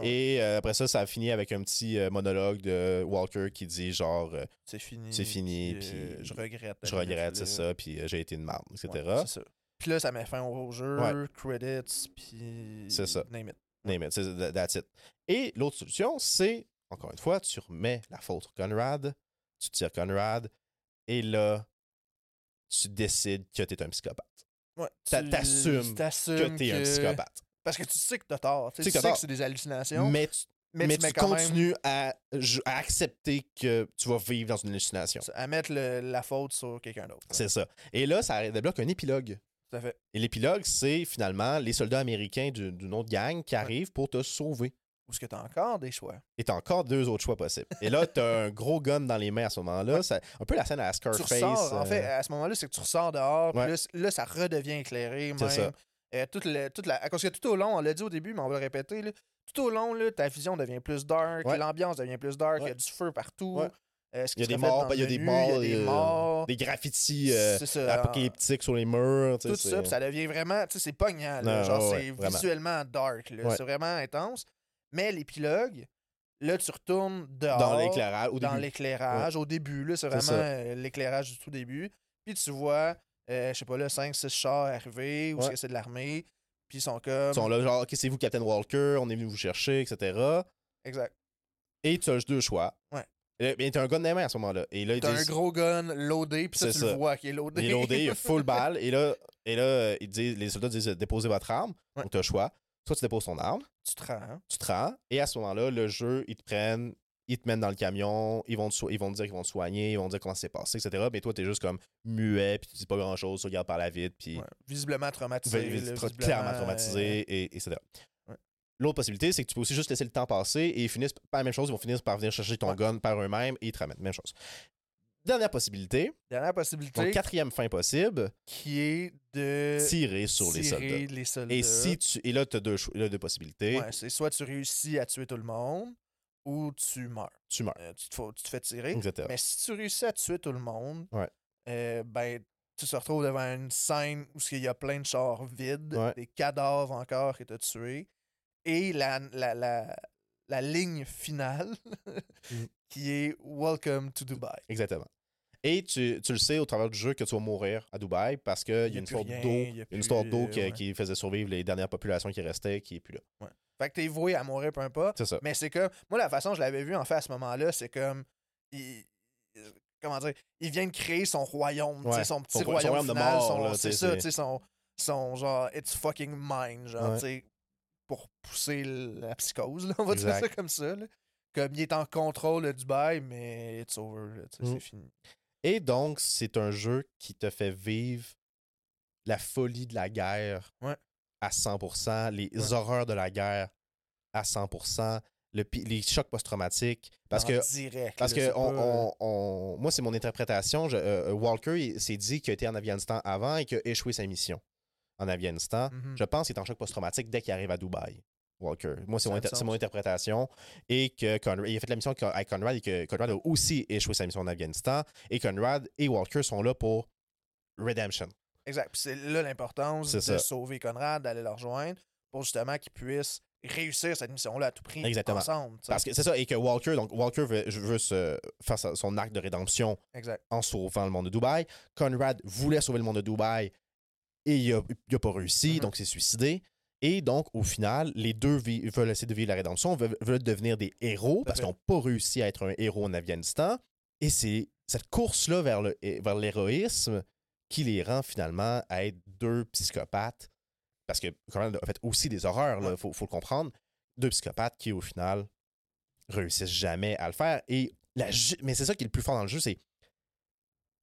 [SPEAKER 2] Et euh, après ça, ça a fini avec un petit euh, monologue de Walker qui dit genre euh,
[SPEAKER 3] c'est fini.
[SPEAKER 2] c'est fini,
[SPEAKER 3] euh,
[SPEAKER 2] puis
[SPEAKER 3] Ben, je regrette.
[SPEAKER 2] Je
[SPEAKER 3] d'aller
[SPEAKER 2] regrette, c'est
[SPEAKER 3] là.
[SPEAKER 2] ça, puis euh, j'ai été une marde, etc.
[SPEAKER 3] Ouais, c'est ça. Puis là, ça met fin au jeu,
[SPEAKER 2] Ouais.
[SPEAKER 3] credits, puis.
[SPEAKER 2] C'est ça.
[SPEAKER 3] Name it.
[SPEAKER 2] Name it, c'est- tha- that's it. Et l'autre solution, c'est, encore une fois, tu remets la faute sur Conrad, tu tires Conrad, et là, tu décides que t'es un psychopathe.
[SPEAKER 3] Ouais,
[SPEAKER 2] T'a-
[SPEAKER 3] tu-
[SPEAKER 2] t'assumes
[SPEAKER 3] t'assumes
[SPEAKER 2] que t'es un
[SPEAKER 3] que-
[SPEAKER 2] psychopathe.
[SPEAKER 3] Parce que tu sais que t'as tort. Tu sais,
[SPEAKER 2] Tu sais
[SPEAKER 3] tu
[SPEAKER 2] que
[SPEAKER 3] sais
[SPEAKER 2] t'as
[SPEAKER 3] que c'est des hallucinations.
[SPEAKER 2] Mais tu,
[SPEAKER 3] mais,
[SPEAKER 2] mais
[SPEAKER 3] tu mets
[SPEAKER 2] tu
[SPEAKER 3] quand même
[SPEAKER 2] continues à, ju- à accepter que tu vas vivre dans une hallucination.
[SPEAKER 3] à mettre le- la faute sur quelqu'un d'autre.
[SPEAKER 2] C'est ça. Et là, ça débloque un épilogue.
[SPEAKER 3] Tout à fait.
[SPEAKER 2] Et l'épilogue, c'est finalement les soldats américains du- d'une autre gang qui
[SPEAKER 3] Ouais.
[SPEAKER 2] arrivent pour te sauver.
[SPEAKER 3] Ou est-ce que t'as encore des choix?
[SPEAKER 2] Et t'as encore deux autres choix possibles. Et là, t'as un gros gun dans les mains à ce moment-là. Ça- Un peu la scène à la Scarface.
[SPEAKER 3] tu ressors, en
[SPEAKER 2] euh,
[SPEAKER 3] fait, à ce moment-là, c'est que tu ressors dehors, puis
[SPEAKER 2] Ouais.
[SPEAKER 3] là, c- là, ça redevient éclairé,
[SPEAKER 2] C'est
[SPEAKER 3] même.
[SPEAKER 2] ça.
[SPEAKER 3] Euh, toute le- toute la, à cause que tout au long, on l'a dit au début, mais on va le répéter, là, tout au long, là, ta vision devient plus dark,
[SPEAKER 2] Ouais.
[SPEAKER 3] l'ambiance devient plus dark, il y
[SPEAKER 2] Ouais.
[SPEAKER 3] a du feu partout.
[SPEAKER 2] Ouais.
[SPEAKER 3] euh, ce qui
[SPEAKER 2] Il y a
[SPEAKER 3] se
[SPEAKER 2] des
[SPEAKER 3] reflète
[SPEAKER 2] morts,
[SPEAKER 3] dans le
[SPEAKER 2] il y a des
[SPEAKER 3] menu,
[SPEAKER 2] morts,
[SPEAKER 3] il y a
[SPEAKER 2] euh,
[SPEAKER 3] des morts.
[SPEAKER 2] des graffitis euh,
[SPEAKER 3] C'est ça,
[SPEAKER 2] apocalyptiques sur les murs. tu sais,
[SPEAKER 3] tout
[SPEAKER 2] c'est-
[SPEAKER 3] ça, puis ça devient vraiment, tu sais, c'est pognant, là,
[SPEAKER 2] Non,
[SPEAKER 3] genre
[SPEAKER 2] ouais, ouais,
[SPEAKER 3] c'est
[SPEAKER 2] vraiment.
[SPEAKER 3] visuellement dark, là,
[SPEAKER 2] Ouais.
[SPEAKER 3] c'est vraiment intense. Mais l'épilogue, là, tu retournes dehors,
[SPEAKER 2] Dans l'éclairage, au
[SPEAKER 3] dans
[SPEAKER 2] début.
[SPEAKER 3] l'éclairage, au début, là, c'est
[SPEAKER 2] C'est ça.
[SPEAKER 3] vraiment euh, l'éclairage du tout début. Puis tu vois, euh, je sais pas, là, 5-6 chars arriver, ou est-ce
[SPEAKER 2] Ouais.
[SPEAKER 3] que c'est de l'armée, puis ils sont comme...
[SPEAKER 2] Ils sont là, genre, OK, c'est vous, Captain Walker, on est venu vous chercher, etc.
[SPEAKER 3] Exact.
[SPEAKER 2] Et tu as deux choix.
[SPEAKER 3] Ouais.
[SPEAKER 2] Et mais t'as un gun dans les mains à ce moment-là. Et là, ils
[SPEAKER 3] T'as un
[SPEAKER 2] disent-
[SPEAKER 3] gros gun loadé, puis ça,
[SPEAKER 2] C'est
[SPEAKER 3] tu le
[SPEAKER 2] ça.
[SPEAKER 3] vois qui est loadé.
[SPEAKER 2] Il est loadé, il a full balle. Et là, et là euh, ils disent, les soldats disent euh, déposez votre arme.
[SPEAKER 3] Ouais.
[SPEAKER 2] Donc, tu as le choix. Toi, tu déposes ton arme,
[SPEAKER 3] Tu te rends. hein.
[SPEAKER 2] tu te rends, et à ce moment-là, le jeu, ils te prennent, ils te mènent dans le camion, ils vont te, so- ils vont te dire qu'ils vont te soigner, ils vont te dire comment c'est passé, etc. Mais toi, t'es juste comme muet, puis tu dis pas grand-chose, tu regardes par la vitre, puis
[SPEAKER 3] Ouais. Visiblement
[SPEAKER 2] tu
[SPEAKER 3] traumatisé.
[SPEAKER 2] vas être
[SPEAKER 3] là,
[SPEAKER 2] tra-
[SPEAKER 3] visiblement, euh,
[SPEAKER 2] clairement traumatisé, et, et etc.
[SPEAKER 3] Ouais.
[SPEAKER 2] L'autre possibilité, c'est que tu peux aussi juste laisser le temps passer et ils finissent par la même chose, ils vont finir par venir chercher ton
[SPEAKER 3] Ouais.
[SPEAKER 2] gun par eux-mêmes et ils te ramènent. Même chose. Dernière possibilité,
[SPEAKER 3] euh, Dernière
[SPEAKER 2] donc
[SPEAKER 3] possibilité
[SPEAKER 2] quatrième fin possible,
[SPEAKER 3] qui est de
[SPEAKER 2] tirer sur les
[SPEAKER 3] Euh, tirer
[SPEAKER 2] soldats.
[SPEAKER 3] les soldats.
[SPEAKER 2] Et si tu. Et là, tu as deux, choix- là, deux possibilités.
[SPEAKER 3] Ouais, c'est soit tu réussis à tuer tout le monde ou tu meurs.
[SPEAKER 2] Tu meurs.
[SPEAKER 3] Euh, tu, te, fa- tu te fais tirer.
[SPEAKER 2] Exactement.
[SPEAKER 3] Mais si tu réussis à tuer tout le monde,
[SPEAKER 2] Ouais.
[SPEAKER 3] euh, ben, tu te retrouves devant une scène où il y a plein de chars vides,
[SPEAKER 2] Ouais.
[SPEAKER 3] des cadavres encore que tu as tués, et la, la, la, la ligne finale
[SPEAKER 2] Mhm.
[SPEAKER 3] qui est Welcome to Dubai.
[SPEAKER 2] Exactement. Et tu, tu le sais au travers du jeu que tu vas mourir à Dubaï parce qu'il y a
[SPEAKER 3] Y a
[SPEAKER 2] une
[SPEAKER 3] plus
[SPEAKER 2] histoire
[SPEAKER 3] rien,
[SPEAKER 2] d'eau
[SPEAKER 3] y a
[SPEAKER 2] une histoire
[SPEAKER 3] plus,
[SPEAKER 2] d'eau
[SPEAKER 3] euh,
[SPEAKER 2] qui,
[SPEAKER 3] ouais.
[SPEAKER 2] qui faisait survivre les dernières populations qui restaient, qui est plus là.
[SPEAKER 3] Fait que t'es voué à mourir peu importe.
[SPEAKER 2] C'est ça.
[SPEAKER 3] Mais c'est comme. Moi, la façon dont je l'avais vu en fait à ce moment-là, c'est comme. Il, il- comment dire Il vient de créer son royaume, tu sais,
[SPEAKER 2] Ouais,
[SPEAKER 3] son petit
[SPEAKER 2] son roi- son
[SPEAKER 3] royaume,
[SPEAKER 2] royaume de
[SPEAKER 3] final,
[SPEAKER 2] mort,
[SPEAKER 3] son-
[SPEAKER 2] là, tu
[SPEAKER 3] c'est
[SPEAKER 2] sais,
[SPEAKER 3] ça,
[SPEAKER 2] c'est-
[SPEAKER 3] tu sais, son, son genre It's fucking mine, genre,
[SPEAKER 2] Ouais.
[SPEAKER 3] tu sais, pour pousser la psychose, là, on va dire
[SPEAKER 2] Exact.
[SPEAKER 3] ça comme ça. là. Comme il est en contrôle là, du bail, mais it's over, là, tu sais,
[SPEAKER 2] Mm.
[SPEAKER 3] c'est fini.
[SPEAKER 2] Et donc, c'est un jeu qui te fait vivre la folie de la guerre
[SPEAKER 3] Ouais.
[SPEAKER 2] à 100%, les
[SPEAKER 3] Ouais.
[SPEAKER 2] horreurs de la guerre à 100%, le, pi- les chocs post-traumatiques. Parce
[SPEAKER 3] En
[SPEAKER 2] que
[SPEAKER 3] direct,
[SPEAKER 2] Parce
[SPEAKER 3] là,
[SPEAKER 2] que
[SPEAKER 3] Ah, c'est
[SPEAKER 2] on-
[SPEAKER 3] pas- euh,
[SPEAKER 2] on- on- moi, c'est mon interprétation. Je- euh, euh, Walker il s'est dit qu'il était en Afghanistan avant et qu'il a échoué sa mission en Afghanistan.
[SPEAKER 3] Mhm.
[SPEAKER 2] Ah, Je pense qu'il est en choc post-traumatique dès qu'il arrive à Dubaï. Walker. Moi, c'est
[SPEAKER 3] Ça
[SPEAKER 2] mon,
[SPEAKER 3] me
[SPEAKER 2] inter- c'est
[SPEAKER 3] semble.
[SPEAKER 2] mon interprétation. Et que Conrad, il a fait la mission à Conrad et que Conrad a aussi échoué sa mission en Afghanistan. Et Conrad et Walker sont là pour Redemption.
[SPEAKER 3] Exact. Puis c'est là l'importance
[SPEAKER 2] C'est
[SPEAKER 3] de
[SPEAKER 2] ça.
[SPEAKER 3] sauver Conrad, d'aller le rejoindre, pour justement qu'il puisse réussir cette mission-là à tout prix
[SPEAKER 2] Exactement.
[SPEAKER 3] ensemble. tu sais.
[SPEAKER 2] Parce que c'est ça. Et que Walker, donc Walker veut, veut se- faire sa- son acte de rédemption
[SPEAKER 3] Exact.
[SPEAKER 2] en sauvant le monde de Dubaï. Conrad voulait sauver le monde de Dubaï et il n'a pas réussi,
[SPEAKER 3] Mhm.
[SPEAKER 2] donc s'est suicidé. Et donc, au final, les deux vi- veulent essayer de vivre la rédemption, veulent, veulent devenir des héros parce
[SPEAKER 3] fait.
[SPEAKER 2] qu'ils n'ont pas réussi à être un héros en Afghanistan. Et c'est cette course-là vers le- vers l'héroïsme qui les rend finalement à être deux psychopathes. Parce que Conrad a fait aussi des horreurs, il
[SPEAKER 3] Ouais.
[SPEAKER 2] faut, faut le comprendre. Deux psychopathes qui, au final, réussissent jamais à le faire. Et la ju- Mais c'est ça qui est le plus fort dans le jeu, c'est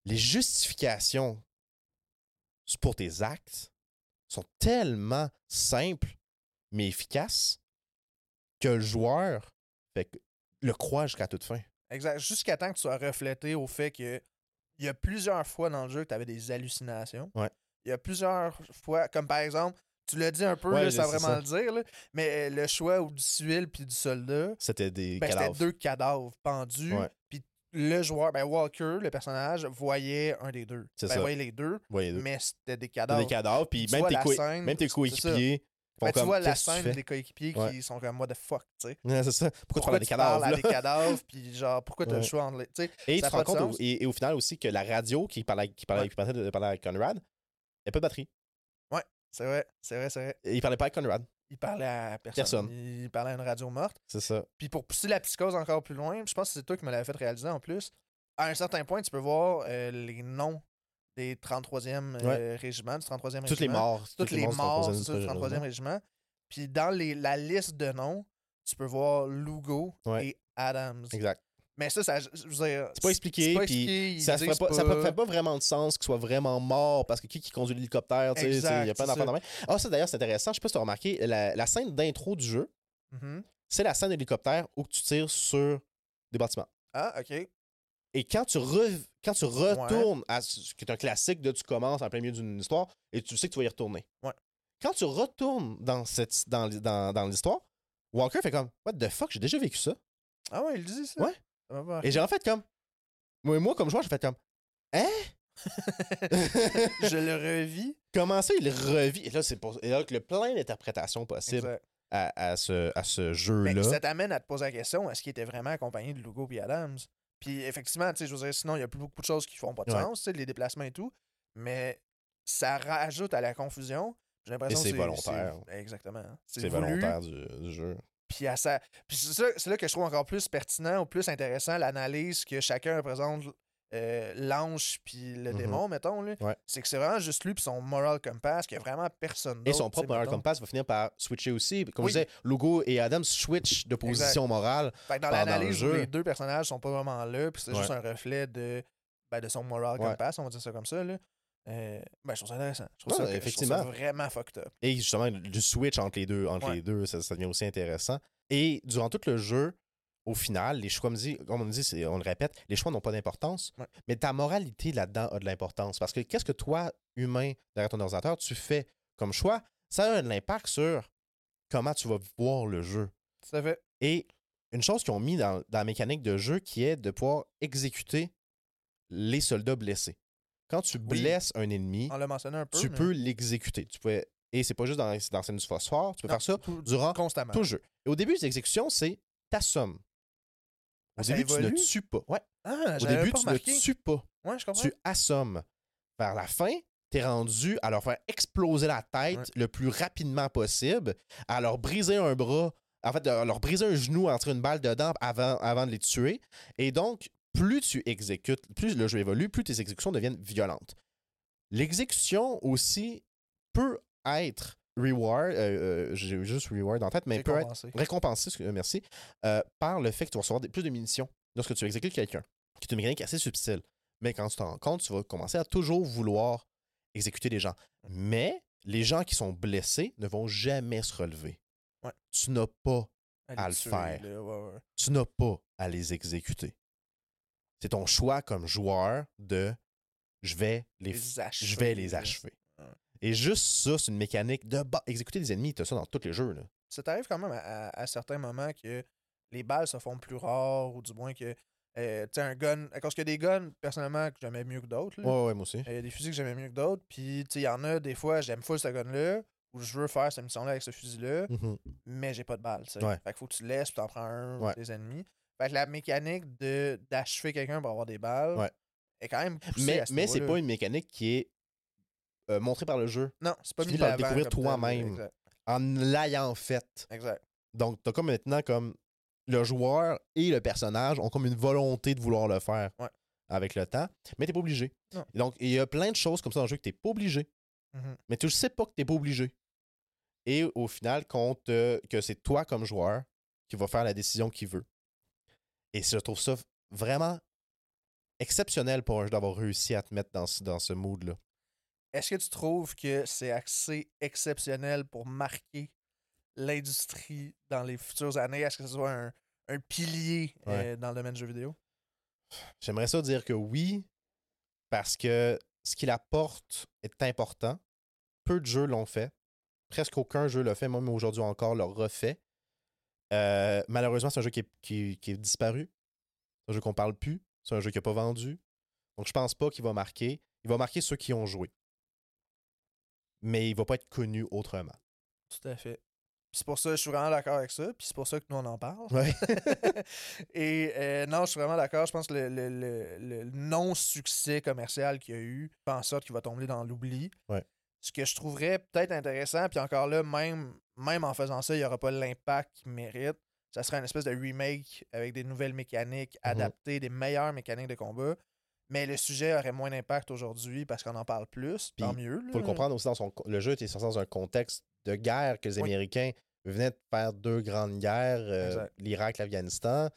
[SPEAKER 2] les justifications pour tes actes sont tellement simples mais efficaces que le joueur fait que- le croit jusqu'à toute fin.
[SPEAKER 3] Exact. Jusqu'à temps que tu sois reflété au fait que il y a plusieurs fois dans le jeu que tu avais des hallucinations.
[SPEAKER 2] Ouais.
[SPEAKER 3] Il y a plusieurs fois, comme par exemple, tu l'as dit un peu
[SPEAKER 2] Ouais,
[SPEAKER 3] là,
[SPEAKER 2] je
[SPEAKER 3] sans
[SPEAKER 2] sais
[SPEAKER 3] vraiment
[SPEAKER 2] ça.
[SPEAKER 3] le dire, là, mais euh, le choix ou du civil puis du soldat,
[SPEAKER 2] C'était des
[SPEAKER 3] ben, c'était
[SPEAKER 2] cadavres.
[SPEAKER 3] deux cadavres pendus.
[SPEAKER 2] Ouais.
[SPEAKER 3] Puis le joueur, ben Walker, le personnage, voyait un des deux.
[SPEAKER 2] C'est
[SPEAKER 3] ben,
[SPEAKER 2] ça.
[SPEAKER 3] voyait les deux,
[SPEAKER 2] Ouais, deux.
[SPEAKER 3] mais c'était des
[SPEAKER 2] C'était
[SPEAKER 3] cadavres.
[SPEAKER 2] des cadavres, puis
[SPEAKER 3] Tu
[SPEAKER 2] même
[SPEAKER 3] vois
[SPEAKER 2] tes,
[SPEAKER 3] la
[SPEAKER 2] coi-
[SPEAKER 3] scène,
[SPEAKER 2] même tes
[SPEAKER 3] c'est- c'est ça.
[SPEAKER 2] coéquipiers font
[SPEAKER 3] Ben, tu
[SPEAKER 2] comme,
[SPEAKER 3] vois la
[SPEAKER 2] Qu'est-ce que tu
[SPEAKER 3] scène
[SPEAKER 2] fais?
[SPEAKER 3] des coéquipiers qui
[SPEAKER 2] Ouais.
[SPEAKER 3] sont comme what the fuck, tu sais.
[SPEAKER 2] Ouais, c'est ça. Pourquoi,
[SPEAKER 3] Pourquoi
[SPEAKER 2] tu
[SPEAKER 3] tu
[SPEAKER 2] parles
[SPEAKER 3] parles
[SPEAKER 2] à
[SPEAKER 3] à
[SPEAKER 2] des
[SPEAKER 3] des
[SPEAKER 2] cadavres? là?
[SPEAKER 3] cadavres, puis genre, pourquoi tu as le
[SPEAKER 2] Ouais.
[SPEAKER 3] choix entre les. Tu sais,
[SPEAKER 2] Et
[SPEAKER 3] ça
[SPEAKER 2] tu te
[SPEAKER 3] a
[SPEAKER 2] rends
[SPEAKER 3] pas de
[SPEAKER 2] compte, au-
[SPEAKER 3] sens.
[SPEAKER 2] et, et au final aussi, que la radio qui parlait, qui parlait,
[SPEAKER 3] Ouais.
[SPEAKER 2] qui parlait de- parlait à Conrad, il n'y a pas de batterie.
[SPEAKER 3] c'est vrai, c'est vrai, c'est vrai.
[SPEAKER 2] Et il parlait pas à Conrad.
[SPEAKER 3] Il parlait à personne.
[SPEAKER 2] Personne.
[SPEAKER 3] Il parlait à une radio morte.
[SPEAKER 2] C'est ça.
[SPEAKER 3] Puis pour pousser la psychose encore plus loin, je pense que c'est toi qui me l'avais fait réaliser en plus. À un certain point, tu peux voir euh, les noms des 33e euh, régiments, du 33e régiment.
[SPEAKER 2] Toutes les morts.
[SPEAKER 3] Toutes les
[SPEAKER 2] sont
[SPEAKER 3] morts
[SPEAKER 2] composées
[SPEAKER 3] c'est ça, du
[SPEAKER 2] d'une-
[SPEAKER 3] 33e régiment. Puis dans les, la liste de noms, tu peux voir Lugo
[SPEAKER 2] Ouais.
[SPEAKER 3] et Adams.
[SPEAKER 2] Exact.
[SPEAKER 3] Mais ça, ça je veux dire,
[SPEAKER 2] C'est pas expliqué,
[SPEAKER 3] pas
[SPEAKER 2] puis
[SPEAKER 3] expliqué, ils
[SPEAKER 2] Ça ne
[SPEAKER 3] disent
[SPEAKER 2] pas, ça fait pas vraiment de sens qu'ils soient vraiment morts parce que qui, qui conduit l'hélicoptère, tu sais, tu sais, il y a
[SPEAKER 3] Exact,
[SPEAKER 2] plein
[SPEAKER 3] c'est
[SPEAKER 2] d'enfants
[SPEAKER 3] ça.
[SPEAKER 2] dans la main. Ah, ça d'ailleurs, c'est intéressant. Je sais pas si tu as remarqué, la, la scène d'intro du jeu,
[SPEAKER 3] Mhm.
[SPEAKER 2] c'est la scène d'hélicoptère où tu tires sur des bâtiments.
[SPEAKER 3] Ah, ok.
[SPEAKER 2] Et quand tu, rev- quand tu retournes à ce qui est un classique de tu commences en plein milieu d'une histoire et tu sais que tu vas y retourner.
[SPEAKER 3] Ouais.
[SPEAKER 2] Quand tu retournes dans, cette, dans, l'hi- dans, dans l'histoire, Walker fait comme What the fuck, j'ai déjà vécu ça.
[SPEAKER 3] Ah ouais, il le dit ça.
[SPEAKER 2] Ouais.
[SPEAKER 3] Ça m'a pas marqué.
[SPEAKER 2] Et j'ai en fait comme Moi, moi comme joueur, j'ai fait comme Hein?
[SPEAKER 3] je le revis.
[SPEAKER 2] Comment ça il revit? Et là, c'est pour... et là, que le plein d'interprétations possibles
[SPEAKER 3] Exact.
[SPEAKER 2] à, à ce, à ce
[SPEAKER 3] Mais
[SPEAKER 2] jeu-là.
[SPEAKER 3] Ben, ça t'amène à te poser la question est-ce qu'il était vraiment accompagné de Lugo et Adams Puis effectivement, tu sais, je veux dire, sinon, il y a plus beaucoup de choses qui font pas de
[SPEAKER 2] Ouais.
[SPEAKER 3] sens, tu sais, les déplacements et tout. Mais ça rajoute à la confusion. J'ai l'impression
[SPEAKER 2] Et
[SPEAKER 3] que
[SPEAKER 2] c'est volontaire.
[SPEAKER 3] c'est- Exactement. hein. C'est,
[SPEAKER 2] c'est
[SPEAKER 3] voulu,
[SPEAKER 2] volontaire du, du jeu.
[SPEAKER 3] Puis, à ça, puis c'est, ça- c'est là que je trouve encore plus pertinent ou plus intéressant l'analyse que chacun représente euh, l'ange puis le
[SPEAKER 2] Mhm.
[SPEAKER 3] démon, mettons, là,
[SPEAKER 2] Ouais.
[SPEAKER 3] c'est que c'est vraiment juste lui puis son moral compass, qu'il n'y a vraiment personne d'autre.
[SPEAKER 2] Et
[SPEAKER 3] tu
[SPEAKER 2] son
[SPEAKER 3] sais,
[SPEAKER 2] propre moral
[SPEAKER 3] mettons.
[SPEAKER 2] compass va finir par switcher aussi. Comme
[SPEAKER 3] Oui.
[SPEAKER 2] je disais, Lugo et Adam switch de position morale.
[SPEAKER 3] Fait que dans
[SPEAKER 2] par- dans
[SPEAKER 3] l'analyse,
[SPEAKER 2] le
[SPEAKER 3] où
[SPEAKER 2] jeu.
[SPEAKER 3] les deux personnages sont pas vraiment là, puis c'est juste un reflet de, ben, de son moral
[SPEAKER 2] Ouais.
[SPEAKER 3] compass, on va dire ça comme ça. Là. Euh, ben, je trouve ça intéressant. Je trouve,
[SPEAKER 2] Non,
[SPEAKER 3] ça, je trouve ça
[SPEAKER 2] effectivement.
[SPEAKER 3] vraiment fucked up.
[SPEAKER 2] Et justement, du switch entre les deux, entre
[SPEAKER 3] Ouais.
[SPEAKER 2] les deux ça, ça devient aussi intéressant. Et durant tout le jeu, au final, les choix, comme, dit, comme on dit, c'est- on le répète, les choix n'ont pas d'importance,
[SPEAKER 3] Ouais.
[SPEAKER 2] mais ta moralité là-dedans a de l'importance. Parce que qu'est-ce que toi, humain, derrière ton ordinateur, tu fais comme choix, ça a de l'impact sur comment tu vas voir le jeu.
[SPEAKER 3] Ça fait.
[SPEAKER 2] Et une chose qu'ils ont mis dans, dans la mécanique de jeu qui est de pouvoir exécuter les soldats blessés. Quand tu
[SPEAKER 3] Oui.
[SPEAKER 2] blesses un ennemi,
[SPEAKER 3] On l'a mentionné un peu.
[SPEAKER 2] tu
[SPEAKER 3] mais-
[SPEAKER 2] peux l'exécuter. Tu peux, et c'est pas juste dans, dans la scène du phosphore, tu peux
[SPEAKER 3] Non,
[SPEAKER 2] faire ça
[SPEAKER 3] tout-
[SPEAKER 2] durant
[SPEAKER 3] constamment.
[SPEAKER 2] tout le jeu. Et au début des exécutions, c'est ta somme. Au
[SPEAKER 3] Ah, ça
[SPEAKER 2] début, tu ne
[SPEAKER 3] évolue?
[SPEAKER 2] tues pas. Ouais.
[SPEAKER 3] Ah,
[SPEAKER 2] Au
[SPEAKER 3] j'avais
[SPEAKER 2] début,
[SPEAKER 3] pas
[SPEAKER 2] tu ne
[SPEAKER 3] remarqué.
[SPEAKER 2] tues pas.
[SPEAKER 3] Ouais, je comprends.
[SPEAKER 2] Tu assommes. Vers la fin, tu es rendu à leur faire exploser la tête
[SPEAKER 3] Ouais.
[SPEAKER 2] le plus rapidement possible, à leur briser un bras, en fait, à leur briser un genou, entrer une balle dedans avant, avant de les tuer. Et donc, plus tu exécutes, plus le jeu évolue, plus tes exécutions deviennent violentes. L'exécution aussi peut être reward, euh, euh, j'ai juste reward en tête, mais
[SPEAKER 3] J'ai
[SPEAKER 2] peut être
[SPEAKER 3] compensé.
[SPEAKER 2] récompensé, excuse- euh, merci, euh, par le fait que tu vas recevoir des- plus de munitions lorsque tu exécutes quelqu'un, qui est une mécanique assez subtile. Mais quand tu t'en rends compte, tu vas commencer à toujours vouloir exécuter des gens.
[SPEAKER 3] Mmh.
[SPEAKER 2] Mais les gens qui sont blessés ne vont jamais se relever.
[SPEAKER 3] Ouais.
[SPEAKER 2] Tu n'as pas,
[SPEAKER 3] Allez,
[SPEAKER 2] à le
[SPEAKER 3] tuer,
[SPEAKER 2] faire.
[SPEAKER 3] là, ouais, ouais.
[SPEAKER 2] tu n'as pas à les exécuter. C'est ton choix comme joueur de je vais les, f-
[SPEAKER 3] Les achever,
[SPEAKER 2] je vais les
[SPEAKER 3] là.
[SPEAKER 2] achever.
[SPEAKER 3] Ouais.
[SPEAKER 2] Et juste ça, c'est une mécanique de ba- exécuter des ennemis, tu ça dans tous les jeux. Là.
[SPEAKER 3] ça t'arrive quand même à, à- à certains moments que les balles se font plus rares ou du moins que euh, tu sais un gun parce qu'il y a des guns personnellement que j'aimais mieux que d'autres là. Euh,
[SPEAKER 2] Ouais, ouais, moi aussi.
[SPEAKER 3] il y a des fusils que j'aimais mieux que d'autres puis tu sais il y en a des fois j'aime full ce gun là ou je veux faire cette mission là avec ce fusil là
[SPEAKER 2] Mhm.
[SPEAKER 3] mais j'ai pas de balles tu sais.
[SPEAKER 2] Ouais.
[SPEAKER 3] fait que faut que tu laisses puis t'en prends un
[SPEAKER 2] Ouais.
[SPEAKER 3] des ennemis fait que la mécanique de d'achever quelqu'un pour avoir des balles
[SPEAKER 2] Ouais.
[SPEAKER 3] est quand même poussée
[SPEAKER 2] Mais,
[SPEAKER 3] à ce
[SPEAKER 2] mais c'est
[SPEAKER 3] niveau-là.
[SPEAKER 2] pas une mécanique qui est euh, montrée par le jeu
[SPEAKER 3] non c'est pas
[SPEAKER 2] tu
[SPEAKER 3] mis
[SPEAKER 2] finis par le
[SPEAKER 3] de l'avant
[SPEAKER 2] découvrir
[SPEAKER 3] comme tel, là.
[SPEAKER 2] toi-même.
[SPEAKER 3] exact,
[SPEAKER 2] en l'ayant faite.
[SPEAKER 3] exact.
[SPEAKER 2] Donc, t'as comme maintenant comme le joueur et le personnage ont comme une volonté de vouloir le faire
[SPEAKER 3] Ouais.
[SPEAKER 2] avec le temps, mais t'es pas obligé.
[SPEAKER 3] Non.
[SPEAKER 2] Donc, il y a plein de choses comme ça dans le jeu que t'es pas obligé.
[SPEAKER 3] Mhm.
[SPEAKER 2] Mais tu sais pas que t'es pas obligé. Et au final, compte euh, que c'est toi comme joueur qui va faire la décision qu'il veut. Et je trouve ça vraiment exceptionnel pour un jeu d'avoir réussi à te mettre dans ce, dans ce mood-là.
[SPEAKER 3] Est-ce que tu trouves que c'est assez exceptionnel pour marquer l'industrie dans les futures années? Est-ce que ce soit un, un pilier
[SPEAKER 2] Ouais.
[SPEAKER 3] euh, dans le domaine du jeu vidéo?
[SPEAKER 2] J'aimerais ça dire que oui, parce que ce qu'il apporte est important. Peu de jeux l'ont fait. Presque aucun jeu l'a fait, même aujourd'hui encore le refait. Euh, malheureusement, c'est un jeu qui est, qui- qui est disparu. C'est un jeu qu'on parle plus. C'est un jeu qui n'a pas vendu. Donc je pense pas qu'il va marquer. Il va marquer ceux qui ont joué. Mais il va pas être connu autrement.
[SPEAKER 3] Tout à fait. Puis c'est pour ça que je suis vraiment d'accord avec ça. Puis c'est pour ça que nous, on en parle.
[SPEAKER 2] Ouais.
[SPEAKER 3] Et euh, non, je suis vraiment d'accord. Je pense que le, le- le- le non-succès commercial qu'il y a eu fait en sorte qu'il va tomber dans l'oubli.
[SPEAKER 2] Ouais.
[SPEAKER 3] Ce que je trouverais peut-être intéressant, puis encore là, même, même en faisant ça, il n'y aura pas l'impact qu'il mérite. Ça serait une espèce de remake avec des nouvelles mécaniques
[SPEAKER 2] Mhm.
[SPEAKER 3] adaptées, des meilleures mécaniques de combat. Mais le sujet aurait moins d'impact aujourd'hui parce qu'on en parle plus. Tant
[SPEAKER 2] Puis,
[SPEAKER 3] mieux. là.
[SPEAKER 2] faut le comprendre aussi dans son co- le jeu était sorti dans un contexte de guerre que les
[SPEAKER 3] Oui.
[SPEAKER 2] Américains venaient de faire deux grandes guerres, euh,
[SPEAKER 3] Exact.
[SPEAKER 2] l'Irak, l'Afghanistan.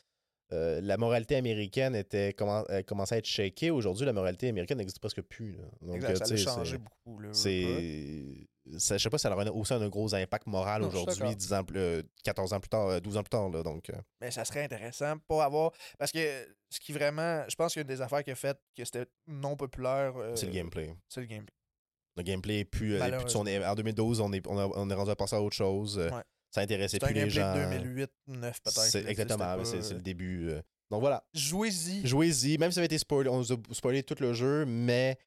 [SPEAKER 2] Euh, la moralité américaine était comment, elle commençait à être shakée. Aujourd'hui, la moralité américaine n'existe presque plus. là. Donc,
[SPEAKER 3] Exact,
[SPEAKER 2] euh,
[SPEAKER 3] ça
[SPEAKER 2] tu
[SPEAKER 3] a
[SPEAKER 2] sais,
[SPEAKER 3] changé beaucoup. là,
[SPEAKER 2] c'est-
[SPEAKER 3] veux, veux pas.
[SPEAKER 2] c'est- ça- je sais pas si ça leur a aussi un gros impact moral
[SPEAKER 3] Non, je suis
[SPEAKER 2] aujourd'hui,
[SPEAKER 3] d'accord.
[SPEAKER 2] 10 ans plus- euh, 14 ans plus tard, euh, 12 ans plus tard. là. donc, euh,
[SPEAKER 3] mais ça serait intéressant pour avoir. Parce que ce qui vraiment. Je pense qu'une des affaires qui a fait que c'était non populaire. euh,
[SPEAKER 2] c'est le gameplay.
[SPEAKER 3] C'est le gameplay.
[SPEAKER 2] Le gameplay est plus. euh, est plus de son- en 2012, on est, on a- on est rendu à passer à autre chose. euh,
[SPEAKER 3] Ouais.
[SPEAKER 2] Ça intéressait
[SPEAKER 3] C'est un
[SPEAKER 2] plus les
[SPEAKER 3] gameplay
[SPEAKER 2] gens.
[SPEAKER 3] de 2008, 9 peut-être.
[SPEAKER 2] C'est-
[SPEAKER 3] là, tu sais,
[SPEAKER 2] Exactement,
[SPEAKER 3] c'était
[SPEAKER 2] c'est
[SPEAKER 3] pas,
[SPEAKER 2] c'est le
[SPEAKER 3] euh,
[SPEAKER 2] début. euh. Donc voilà,
[SPEAKER 3] Jouez-y.
[SPEAKER 2] jouez-y, même si ça avait été spoilé, on nous a spoilé tout le jeu, mais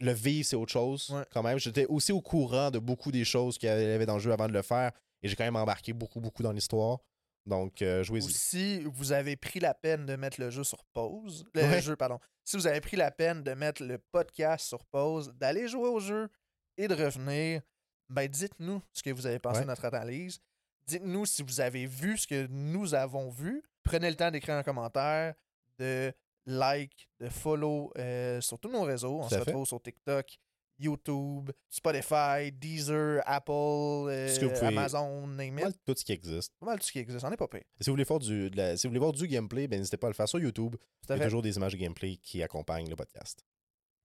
[SPEAKER 2] le vivre, c'est autre chose
[SPEAKER 3] Ouais.
[SPEAKER 2] quand même. J'étais aussi au courant de beaucoup des choses qu'il y avait dans le jeu avant de le faire, et j'ai quand même embarqué beaucoup, beaucoup dans l'histoire. Donc, euh,
[SPEAKER 3] Ou
[SPEAKER 2] jouez-y.
[SPEAKER 3] si vous avez pris la peine de mettre le jeu sur pause, le
[SPEAKER 2] Ouais.
[SPEAKER 3] jeu, pardon, si vous avez pris la peine de mettre le podcast sur pause, d'aller jouer au jeu et de revenir, ben dites-nous ce que vous avez pensé
[SPEAKER 2] Ouais.
[SPEAKER 3] de notre analyse. Dites-nous si vous avez vu ce que nous avons vu. Prenez le temps d'écrire un commentaire, de like, de follow euh, sur tous nos réseaux. On
[SPEAKER 2] Tout à
[SPEAKER 3] se
[SPEAKER 2] fait.
[SPEAKER 3] retrouve sur TikTok, YouTube, Spotify, Deezer, Apple, euh,
[SPEAKER 2] Ce que vous pouvez-
[SPEAKER 3] Amazon, name
[SPEAKER 2] Pas mal
[SPEAKER 3] it.
[SPEAKER 2] Tout ce qui existe.
[SPEAKER 3] Pas mal tout ce qui existe. On n'est pas pire.
[SPEAKER 2] Si vous voulez faire du, de la- si vous voulez voir du gameplay, ben, n'hésitez pas à le faire sur YouTube.
[SPEAKER 3] Tout
[SPEAKER 2] Il
[SPEAKER 3] à
[SPEAKER 2] y a
[SPEAKER 3] fait.
[SPEAKER 2] toujours des images de gameplay qui accompagnent le podcast.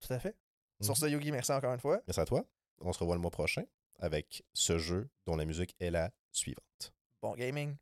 [SPEAKER 3] Tout à fait.
[SPEAKER 2] Mhm.
[SPEAKER 3] Sur ce, Yogi, merci encore une fois.
[SPEAKER 2] Merci à toi. On se revoit le mois prochain avec ce jeu dont la musique est la suivante.
[SPEAKER 3] Bon gaming.